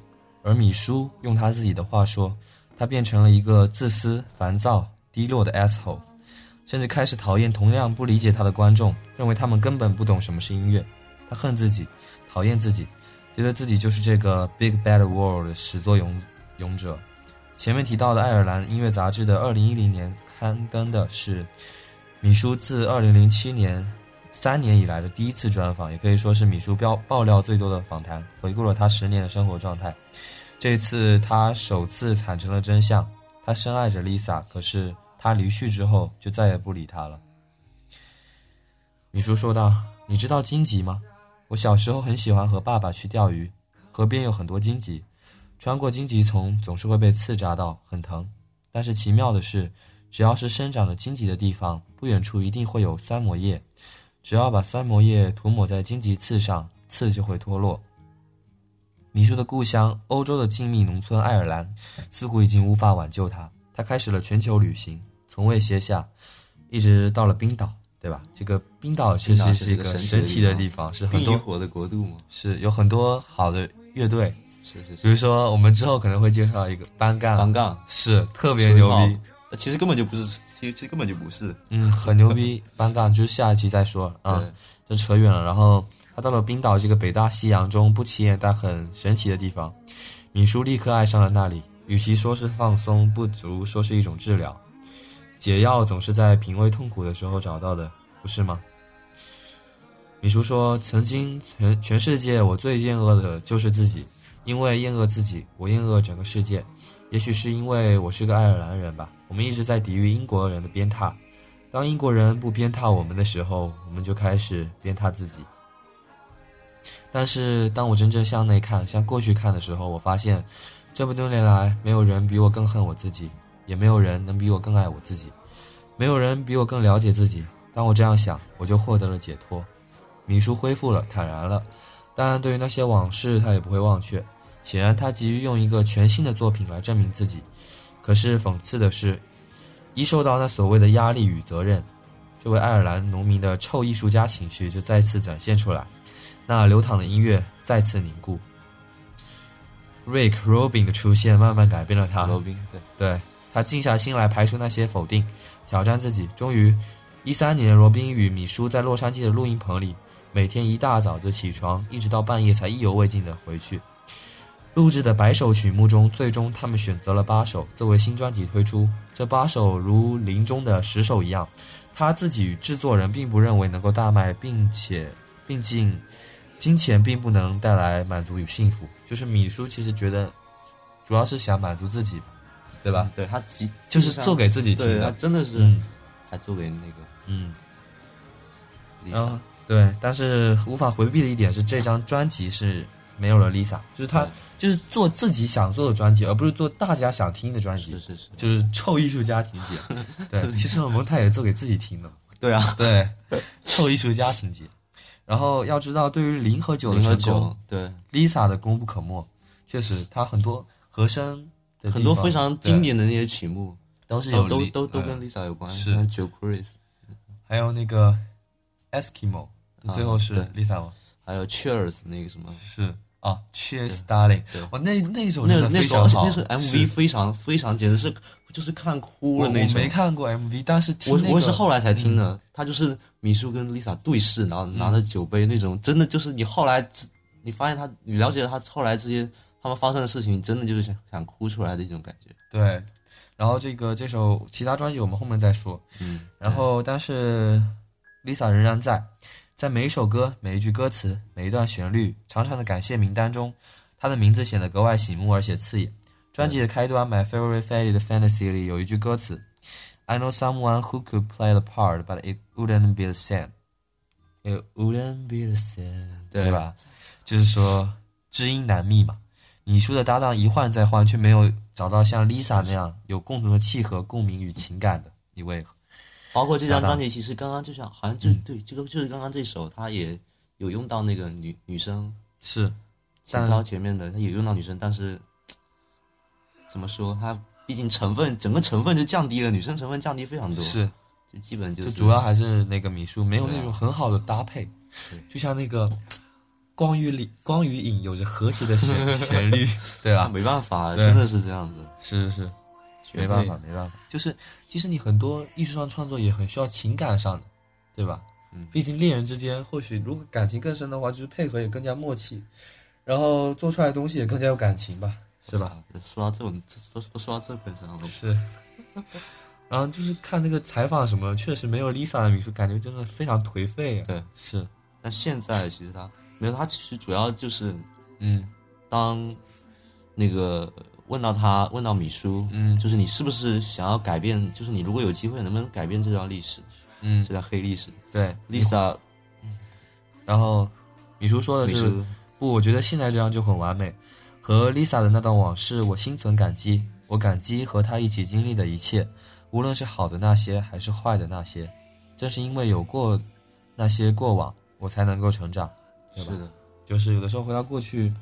S1: 而米叔用他自己的话说，他变成了一个自私、烦躁、低落的 asshole，甚至开始讨厌同样不理解他的观众，认为他们根本不懂什么是音乐。他恨自己，讨厌自己，觉得自己就是这个 Big Bad World 的始作俑俑者。前面提到的爱尔兰音乐杂志的2010年刊登的是米叔自2007年三年以来的第一次专访，也可以说是米叔标爆料最多的访谈，回顾了他十年的生活状态。这一次他首次坦诚了真相，他深爱着 Lisa，可是他离去之后就再也不理他了。米叔说道：“你知道荆棘吗？我小时候很喜欢和爸爸去钓鱼，河边有很多荆棘，穿过荆棘丛总是会被刺扎到，很疼。但是奇妙的是，只要是生长着荆棘的地方，不远处一定会有酸膜叶。只要把酸膜液涂抹在荆棘刺上，刺就会脱落。米叔的故乡欧洲的静谧农村爱尔兰，似乎已经无法挽救他。他开始了全球旅行，从未歇下，一直到了冰岛，对吧？这个冰岛确
S2: 冰
S1: 实
S2: 岛
S1: 是
S2: 是
S1: 一
S2: 一个
S1: 个
S2: 神
S1: 神奇
S2: 奇
S1: 的
S2: 的
S1: 地
S2: 地
S1: 方，是很
S2: 冰与
S1: 多
S2: 火的国度嘛，
S1: 是有很多好的乐队，
S2: 是是
S1: 比
S2: 是。
S1: 如说我们之后可能会介绍一个班干，
S2: 单杠
S1: 是啊特别牛逼，，
S2: 呃其实根本就不是，其实其实根本就不是。
S1: 嗯，很牛逼，班干就是下一期再说啊。
S2: 对，
S1: 这扯远了。然后他到了冰岛这个北大西洋中不起眼但很神奇的地方，米叔立刻爱上了那里。与其说是放松，不如说是一种治疗。解药总是在品味痛苦的时候找到的，不是吗？米叔说：“曾经全全世界我最厌恶的就是自己，因为厌恶自己，我厌恶整个世界。也许是因为我是个爱尔兰人吧，我们一直在抵御英国人的鞭挞，当英国人不鞭挞我们的时候，我们就开始鞭挞自己。但是，当我真正向内看、向过去看的时候，我发现，这么多年来，没有人比我更恨我自己，也没有人能比我更爱我自己，没有人比我更了解自己。当我这样想，我就获得了解脱。米叔恢复了，坦然了，但对于那些往事，他也不会忘却。显然，他急于用一个全新的作品来证明自己。可是，讽刺的是，一受到那所谓的压力与责任，这位爱尔兰农民的臭艺术家情绪就再次展现出来，那流淌的音乐再次凝固， Rick Rubin 的出现慢慢改变了他。
S2: 罗宾，对，
S1: 对他静下心来排除那些否定，挑战自己。终于，一三年，罗宾与米叔在洛杉矶的录音棚里，每天一大早就起床，一直到半夜才意犹未尽的回去。录制的百首曲目中，最终他们选择了八首作为新专辑推出。这八首如林中的十首一样，他自己与制作人并不认为能够大卖，并且毕竟金钱并不能带来满足与幸福。就是米叔其实觉得，主要是想满足自己，对吧？
S2: 对他极
S1: 就是做给自己听
S2: 对他
S1: 的。
S2: 真的是、
S1: 嗯
S2: 还做给那个
S1: 嗯，然后
S2: 嗯 Lisa，
S1: 对，但是无法回避的一点是，这张专辑是没有了 Lisa，就是他
S2: 对
S1: 就是做自己想做的专辑，而不是做大家想听的专
S2: 是
S1: 辑，
S2: 是是，
S1: 就是臭艺术家情 节。对，其实蒙太也做给自己听的，
S2: 对啊，
S1: 对，臭艺术家情节。然后要知道，对于 零和九的
S2: 零和
S1: 成功
S2: 九，对，
S1: ，Lisa 的功不可没，确实，他很多和声的地方。
S2: 很多非常经
S1: 对
S2: 典的那些曲目
S1: 都是有
S2: 都都
S1: 力
S2: 都都
S1: 嗯
S2: 跟 Lisa 有关，
S1: 是
S2: 像 Joe Chris，
S1: 还有那个 Eskimo，
S2: 啊
S1: 最后是
S2: 对
S1: Lisa 吗？
S2: 还有 Cheers 那个什么，
S1: 是啊，Cheers Darling，
S2: 对
S1: 哇，那那首
S2: 那
S1: 真的
S2: 那
S1: 非
S2: 首
S1: 常
S2: 而且
S1: 好，
S2: 那首 MV 非常非常简直是就是看哭
S1: 我
S2: 了那
S1: 我
S2: 首。
S1: 没看过 MV，但是听
S2: 我
S1: 那
S2: 我
S1: 个嗯
S2: 是后来才听的，他就是米叔跟 Lisa 对视，然后拿着酒杯那种，真的就是你后来知你发现他，你了解了他后来这些他们发生的事情，你真的就是想想哭出来的一种感觉。
S1: 对，然后这个这首其他专辑我们后面再说，
S2: 嗯，
S1: 然后但是 Lisa 仍然在，在每一首歌、每一句歌词、每一段旋律、长长的感谢名单中，她的名字显得格外醒目而且刺眼。专辑的开端《My Favorite Fairy 的 Fantasy》里有一句歌词：“I know someone who could play the part, but it wouldn't be the same. It wouldn't be the same，
S2: 嗯对
S1: 对吧？就是说知音难觅嘛。米叔的搭档一换再换，却没有找到像 Lisa 那样有共同的契合、共鸣与情感的一位
S2: 包括这张
S1: 搭档
S2: 专辑，其实刚刚就像好像就、
S1: 嗯
S2: 对这个就是刚刚这首，他也有用到那个女女生
S1: 是
S2: 前到前面的，他也用到女生，但是怎么说，他毕竟成分整个成分就降低了，女生成分降低非常多，
S1: 是，
S2: 就基本就
S1: 就是主要还是那个米叔没有
S2: 对啊
S1: 那种很好的搭配，
S2: 对
S1: 就像那个光与里光与影有着和谐的 旋旋律，对
S2: 啊
S1: 吧？
S2: 没办法，
S1: 对
S2: 真的是这样子，
S1: 是是是，
S2: 绝
S1: 没办
S2: 对
S1: 法，没办法，就是其实你很多艺术上创作也很需要情感上的，对吧？
S2: 嗯
S1: 毕竟恋人之间或许如果感情更深的话，就是配合也更加默契，然后做出来的东西也更加有感情吧，是吧？？
S2: 说到这种，都都说到这份上 了，
S1: 是。然后就是看那个采访什么，确实没有 Lisa 的米叔，感觉真的非常颓废啊。
S2: 对。
S1: 是，
S2: 但现在其实他没有，他其实主要就是
S1: 嗯，
S2: 当那个问到他，问到米叔，
S1: 嗯
S2: 就是你是不是想要改变？就是你如果有机会，能不能改变这段历史，
S1: 嗯
S2: 这，段黑历史
S1: 对。
S2: ？Lisa
S1: 然后米叔说的
S2: 米
S1: 是
S2: 叔，
S1: 不，我觉得现在这样就很完美。和 Lisa 的那段往事，我心存感激，我感激和她一起经历的一切，无论是好的那些，还是坏的那些。正是因为有过那些过往，我才能够成长。对吧
S2: 是的，
S1: 就是有的时候回到过去，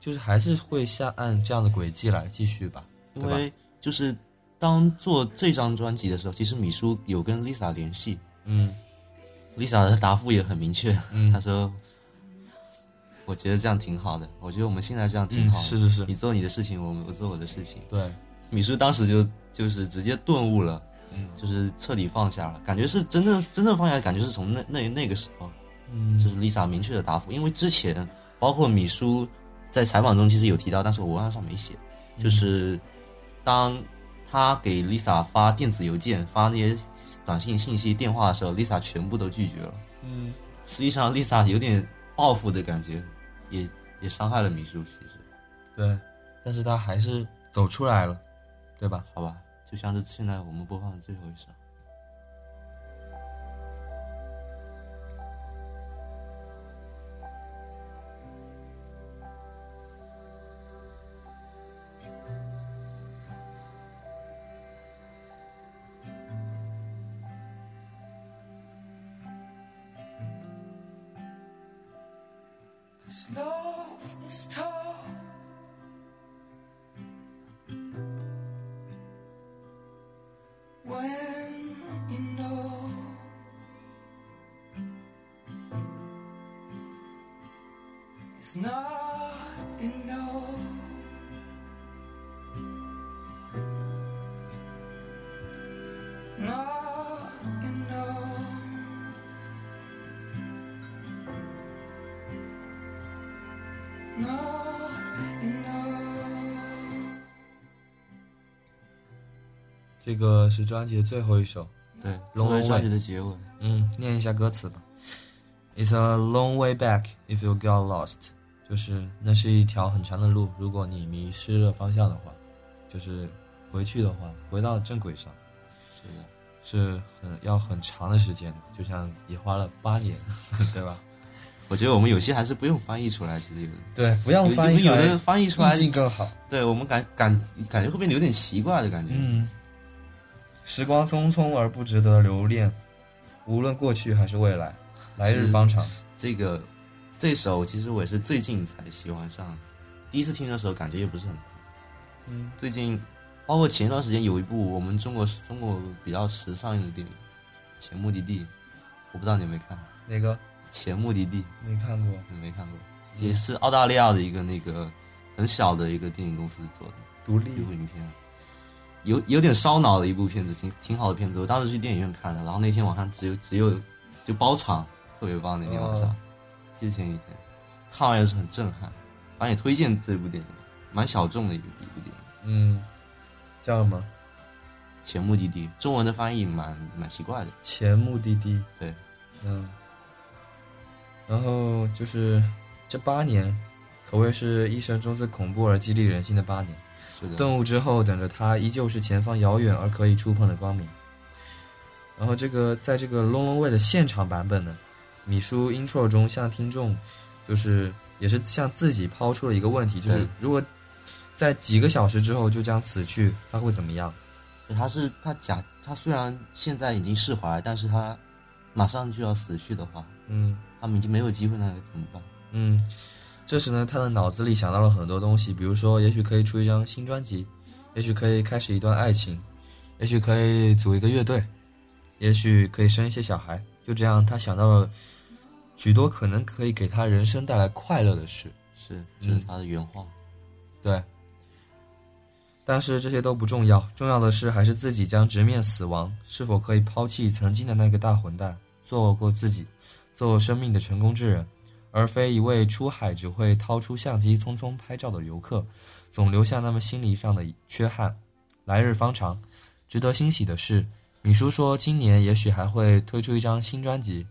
S1: 就是还是会下按这样的轨迹来继续吧。
S2: 因
S1: 对吧
S2: 为就是当做这张专辑的时候，其实米叔有跟 Lisa 联系
S1: 嗯
S2: ，Lisa 的答复也很明确，他
S1: 嗯
S2: 说。我觉得这样挺好的，我觉得我们现在这样挺
S1: 嗯，
S2: 好的。
S1: 是是是
S2: 你，做你的事情，我们我做我的事情。
S1: 对，
S2: 米叔当时就就是直接顿悟了，
S1: 嗯
S2: 就是彻底放下了，感觉是真正真正放下，感觉是从那那那个时候，
S1: 嗯
S2: 就是 Lisa 明确的答复，因为之前包括米叔在采访中其实有提到，但是我文案上没写，就是当他给 Lisa 发电子邮件、发那些短信信息、电话的时候，Lisa 全部都拒绝了。
S1: 嗯，
S2: 实际上，Lisa 有点报复的感觉，也也伤害了米叔，其实。
S1: 对，但是他还是走出来了，对吧？
S2: 好吧，就像是现在我们播放的最后一首。
S3: Cause love is tough. When you know it's not enough. not enough.
S1: 这个是专辑的最后一首，
S2: 对，
S1: 龙
S2: 作为
S1: 龙
S2: 专
S1: 卫
S2: 辑的结尾，
S1: 嗯，念一下歌词吧。It's a long way back if you got lost，就是那是一条很长的路，如果你迷失了方向的话，就是回去的话，回到正轨上
S2: 是的，
S1: 是很要很长的时间的，就像也花了八年， 对吧？
S2: 我觉得我们有些还是不用翻译出来，其实有的，
S1: 对，不要翻译出
S2: 有
S1: 来，
S2: 的有的翻译出来
S1: 意，境更好。
S2: 对我们感感感觉会变得有点奇怪的感觉，
S1: 嗯，时光匆匆而不值得留恋，无论过去还是未来，来日方长。
S2: 这个这首其实我也是最近才喜欢上，第一次听的时候感觉也不是很大。
S1: 嗯，
S2: 最近包括前段时间有一部我们中国中国比较时尚的电影《前目的地》，我不知道你有没有看《
S1: 哪个
S2: 前目的地》，
S1: 没看过？
S2: 你没看过？
S1: 嗯
S2: 也是澳大利亚的一个那个很小的一个电影公司做的
S1: 独
S2: 一
S1: 立
S2: 部影片，有有点烧脑的一部片子，挺挺好的片子。我当时去电影院看的，然后那天晚上只有只有就包场，特别棒。那天晚上，
S1: 哦
S2: 之前一天看完也是很震撼，反正也推荐这部电影，蛮小众的一部一部电影。
S1: 嗯，叫什么？
S2: 前目的地，中文的翻译蛮蛮奇怪的。
S1: 前目的地。
S2: 对，
S1: 嗯，然后就是这八年，可谓是一生中最恐怖而激励人心的八年。
S2: 是的，
S1: 顿悟之后，等着他依旧是前方遥远而可以触碰的光明。然后这个在这个 Long Long Way 的现场版本呢，米叔 intro 中向听众就是也是向自己抛出了一个问题，就是
S2: 对
S1: 如果在几个小时之后就将死去，他会怎么样？
S2: 对他是他假，他虽然现在已经释怀，但是他马上就要死去的话，
S1: 嗯
S2: 他们已经没有机会那该怎么办？
S1: 嗯，这时呢，他的脑子里想到了很多东西，比如说，也许可以出一张新专辑，也许可以开始一段爱情，也许可以组一个乐队，也许可以生一些小孩。就这样，他想到了许多可能可以给他人生带来快乐的事。
S2: 是，
S1: 嗯
S2: 这是他的原话。
S1: 对，但是这些都不重要，重要的是还是自己将直面死亡，是否可以抛弃曾经的那个大混蛋，做过自己，做生命的成功之人，而非一位出海只会掏出相机匆匆拍照的游客，总留下那么心理上的缺憾。来日方长，值得欣喜的是，米叔说今年也许还会推出一张新专辑。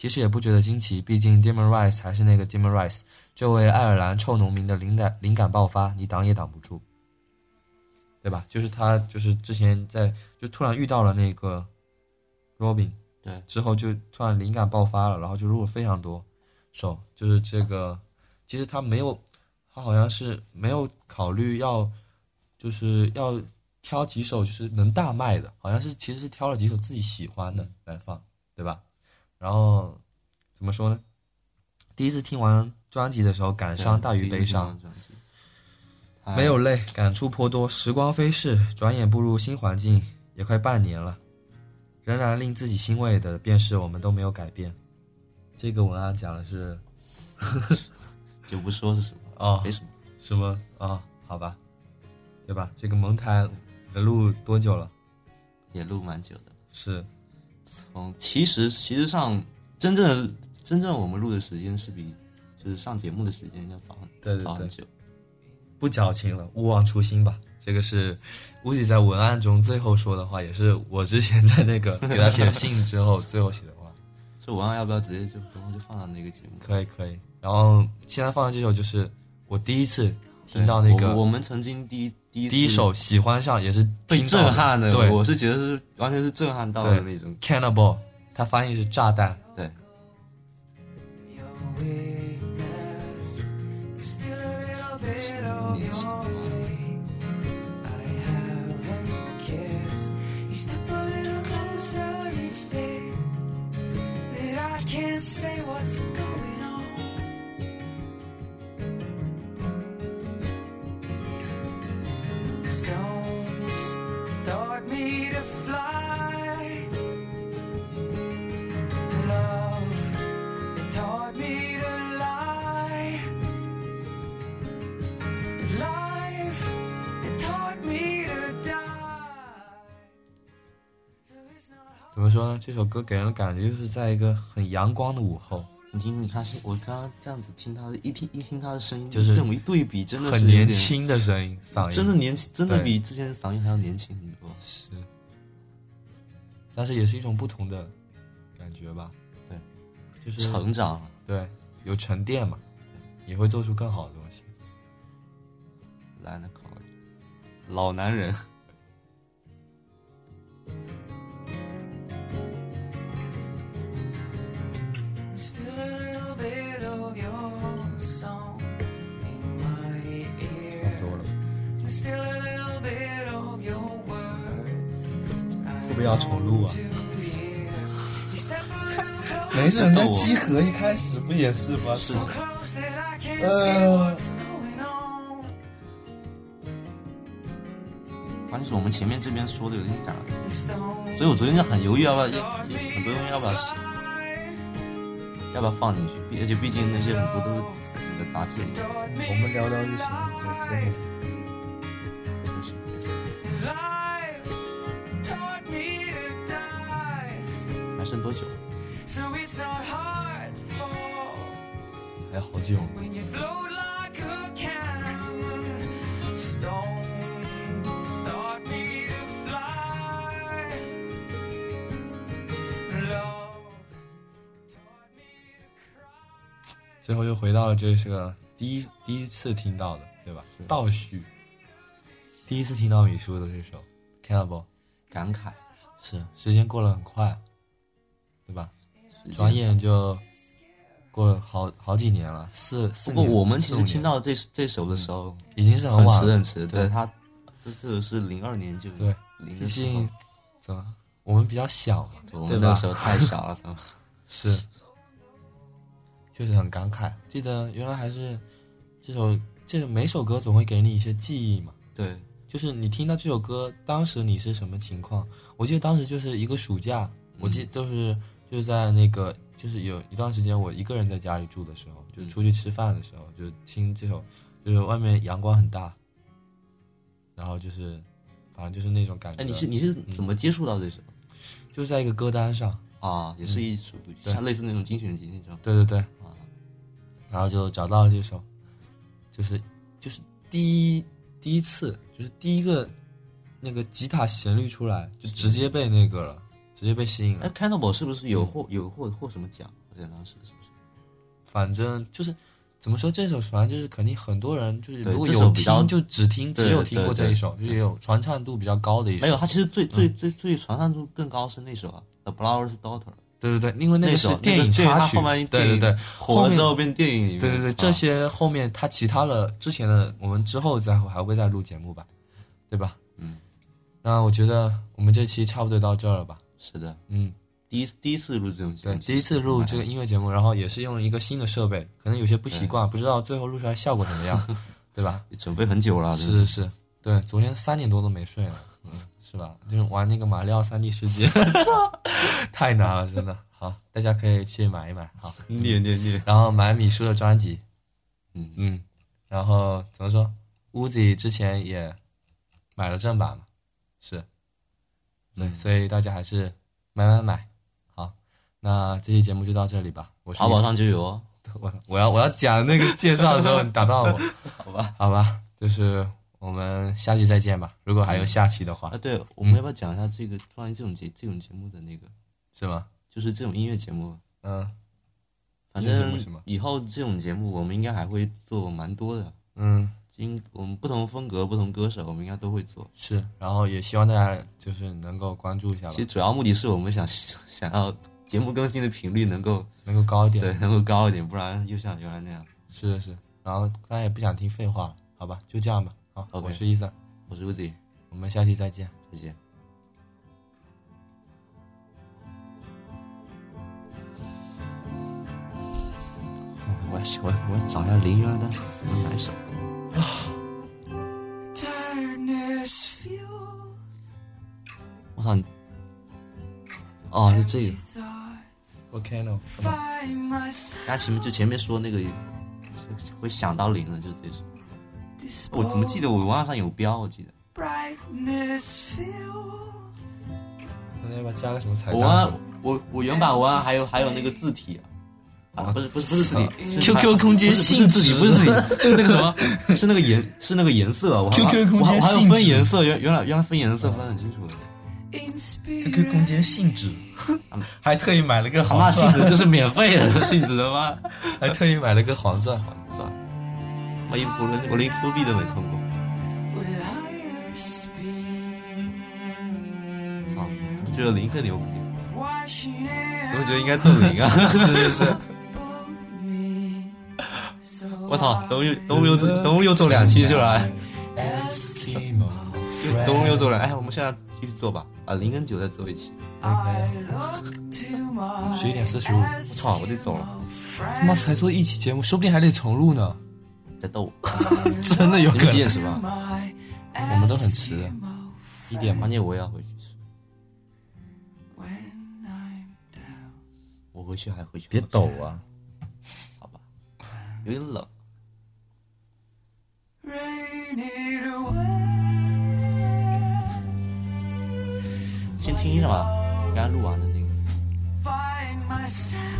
S1: 其实也不觉得惊奇，毕竟 Demon Rice 还是那个 Demon Rice，这位爱尔兰臭农民的灵感灵感爆发，你挡也挡不住，对吧？就是他，就是之前在就突然遇到了那个 Robin，
S2: 对
S1: 之后就突然灵感爆发了，然后就录了非常多首，就是这个，其实他没有，他好像是没有考虑要，就是要挑几首就是能大卖的，好像是其实是挑了几首自己喜欢的来放，对吧？然后怎么说呢？第一次听完专辑的时候，感伤大于悲伤，
S2: 第一张专辑。他
S1: 没有泪，感触颇多。时光飞逝，转眼步入新环境，也快半年了。仍然令自己欣慰的，便是我们都没有改变。这个文案讲的是
S2: 就不说是什么，
S1: 哦
S2: 没，什么。
S1: 什么啊、哦？好吧，对吧？这个蒙台的路多久了？
S2: 也录蛮久的。
S1: 是，
S2: 从其实其实上真正的真正我们录的时间是比就是上节目的时间要早很
S1: 对对
S2: 早很
S1: 对
S2: 久。
S1: 不矫情了，勿忘初心吧。这个是乌迪在文案中最后说的话，也是我之前在那个给他写信之后最后写的话。
S2: 这文案要不要直接就然后就放到那个节 目？
S1: 可以可以。然后现在放的这首就是我第一次
S2: 对
S1: 听到那
S2: 我们我
S1: 个
S2: 们曾经第一第一次
S1: 第一首喜欢上，也是
S2: 被
S1: 听到
S2: 震撼的，
S1: 对
S2: 我是觉得是完全是震撼到的
S1: 对
S2: 那种。
S1: ，Cannibal，它翻译是炸弹。
S2: 对，
S3: Your weakness is still a little bit of your ways. I haven't kissed. You step a little closer each day. That I can't say what's going on. Stones taught me to fly. Love taught me to lie. And life, it taught me to die. So it's not hard.
S1: 怎么说呢？这首歌给人的感觉就是在一个很阳光的午后，
S2: 你听，你看是，我刚刚这样子听他的，一听一听他的声音，
S1: 就是
S2: 这么一对比，真的是
S1: 很
S2: 有点
S1: 年，轻的声音，嗓音
S2: 真的年轻，真的
S1: 对
S2: 比之前的嗓音还要年轻很多。
S1: 是，但是也是一种不同的感觉吧。
S2: 对，
S1: 就是
S2: 成长了，
S1: 对有沉淀嘛，也会做出更好的东西。
S2: 来了，考老男人，
S3: Just a little bit of your song in my
S1: 差不
S3: ear.
S1: 多了，
S3: Just a little bit of your words.
S1: 会不会要重录啊？
S3: 没
S1: 没
S2: 事人家集
S1: 合一开始不也是吗？
S2: 是
S1: 呃
S2: 关键是我们前面这边说的有点赶，所以我昨天就很犹豫要不要，也也很多东西要不要写，要不要放进去，毕而且毕竟那些很多都是你的杂志里的
S1: 我们聊聊就行了，就最后
S2: 东西。还剩多久？
S3: So it's not hard to fall
S1: 还有好久。
S3: when you float like a cannon. Stone start me to fly. Love taught me to cry.
S1: 最后又回到了这是个第一第一次听到的，对吧？倒叙，第一次听到米叔的这首《看到不？
S2: 感慨，
S1: 是时间过得很快，对吧？
S2: 时间
S1: 转眼就过了好好几年了，四四
S2: 不
S1: 年。
S2: 过我们其
S1: 四五
S2: 实
S1: 年
S2: 听到这这首的时候，
S1: 已经是很
S2: 很
S1: 晚
S2: 迟
S1: 了，
S2: 很迟。
S1: 对
S2: 对他，这这首是零二年就
S1: 对，
S2: 零
S1: 毕
S2: 的时候
S1: 竟，怎么我们比较小嘛，
S2: 对我
S1: 对
S2: 们
S1: 吧
S2: 那时候太小了，他们
S1: 是，确实很感慨。记得原来还是这首这每首歌总会给你一些记忆嘛，
S2: 对
S1: 就是你听到这首歌，当时你是什么情况？我记得当时就是一个暑假，我
S2: 嗯
S1: 记都是就是在那个就是有一段时间我一个人在家里住的时候，就是
S2: 嗯
S1: 出去吃饭的时候，就听这首，就是外面阳光很大，然后就是反正就是那种感觉。嗯
S2: 哎，你是你是怎么接触到这首
S1: 就是在一个歌单上，
S2: 啊？也是一属于
S1: 对
S2: 像类似那种精选集那种
S1: 对对对，
S2: 啊？
S1: 然后就找到了这首，就是就是第一第一次，就是第一个那个吉他旋律出来，就直接被那个了，直接被吸引
S2: 哎
S1: 了。
S2: ，Cannibal 是不是有获有获获什么奖？好像当时是不是？
S1: 反正就是怎么说，这首反正就是肯定很多人就是
S2: 对
S1: 如果
S2: 这首
S1: 有
S2: 比较
S1: 听就只听
S2: 对
S1: 只有听
S2: 对
S1: 过这
S2: 对
S1: 一首，就是也有传唱度比较高的一首。
S2: 没有，他嗯其实最最最最传唱度更高是那首啊，《The Blower's Daughter》
S1: 对对对，因为那
S2: 那
S1: 个是
S2: 首
S1: 电
S2: 那
S1: 影
S2: 个这个
S1: 插
S2: 他
S1: 曲
S2: 后面，
S1: 对
S2: 电
S1: 对
S2: 影
S1: 对，
S2: 火
S1: 后
S2: 了之
S1: 面
S2: 后变电影里面。
S1: 对对对，
S2: 啊
S1: 这些后面他其他的之前的，我们之后再还会再录节目吧，对吧？
S2: 嗯，
S1: 那我觉得我们这期差不多到这儿了吧？
S2: 是的，
S1: 嗯，
S2: 第一第一次录这种节
S1: 对，
S2: 目，
S1: 第一次录这个
S2: 个，
S1: 音乐节目，然后也是用一个新的设备，可能有些不习惯，不知道最后录出来效果怎么 样，对吧？
S2: 准备很久了，
S1: 是
S2: 真的
S1: 是是，对，昨天三点多都没睡呢，嗯，是吧？就是玩那个马里奥三 D 世界， 太难了，真的。好，大家可以去买一买，好，
S2: 虐虐虐，
S1: 然后买米叔的专辑，
S2: 嗯
S1: 嗯，然后怎么说？Uzi 之前也买了正版嘛，是，对，
S2: 嗯
S1: 所以大家还是买买买。好，那这期节目就到这里吧。我是
S2: 淘宝上就有哦。
S1: 我我要我要讲那个介绍的时候，你打断我，
S2: 好吧？
S1: 好吧？就是我们下期再见吧。如果还有下期的话
S2: 啊，，对，我
S1: 嗯
S2: 们要不要讲一下这个关于这种节这种节目的那个，
S1: 是吗？
S2: 就是这种音乐节目？啊
S1: 嗯
S2: 反
S1: 音乐节目
S2: 正
S1: 是吗
S2: 以后这种节目我们应该还会做蛮多的，
S1: 嗯，
S2: 因我们不同风格、不同歌手，我们应该都会做。
S1: 是。然后也希望大家就是能够关注一下吧
S2: 其实，主要目的是我们想 想要节目更新的频率能够
S1: 能够高一点。
S2: 对能够高一点，不然又像原来那样。
S1: 是是是，然后大家也不想听废话了，好吧，就这样吧。好
S2: OK
S1: 我是伊森，
S2: 我是 Uzi，
S1: 我们下期再见。
S2: 再见。我我要我我要找一下林原来的什么哪一首。
S3: Tiredness fueled
S2: 我操！你哦，是这个
S3: empty。thoughts.
S1: Volcano，
S3: Find myself
S2: 那前面就前面说那个，会想到零了，就这首。我怎么记
S3: disposed
S2: 得我文案上有标？我记得
S3: brightness fueled
S1: 那要不要加个什么彩
S2: 我
S1: 蛋
S2: 文
S1: 什
S2: 案
S1: 么？，
S2: 我我原版文案还有还有那个字体啊，啊，不是不是不是自己是
S4: QQ 空间
S2: 不是
S4: 性
S2: 不是自己
S4: 质
S2: 不是自己是那个什 么是那个颜是那个颜色，我还
S4: QQ 空间
S2: 我还我还要
S4: 性
S2: 分
S4: 质
S2: 颜色，原原来原来分颜色分得很清楚的。
S4: QQ 空间性质，
S2: 嗯
S4: 还特意买了个
S2: 那
S4: 黄
S2: 性
S4: 钻，
S2: 质就是免费的啊性质的吗？
S4: 还特意买了个黄钻。
S2: 算了，万一我连我连 Q 币都没充过。
S3: with higher speed.
S2: 操，怎么觉得零更 牛逼？
S3: Washing
S2: 怎么
S3: air
S2: 觉得应该做零啊？
S3: above me. So
S2: 我操，等又等 又等又做两期出来，
S4: Eskimo
S2: 等又做两，哎，我们现在继续做吧，把零跟九再做一期。
S3: I look to my
S1: 嗯十一点四十五，
S2: 我操，我得走了，
S1: 他妈才做一期节目，说不定还得重录呢，
S2: 在逗我。
S1: 真的有
S2: 你
S1: 可
S2: 们几
S1: 能
S2: 点。吃饭？
S3: my
S1: 我们都很迟的，
S2: 一点半夜我也要回去吃，
S3: when I'm down.
S2: 我回去还回去。
S1: 别抖啊！
S2: 好吧，有点冷。
S3: Rain it away.
S2: 先听一下吧，刚刚录完的那个。
S3: Find myself.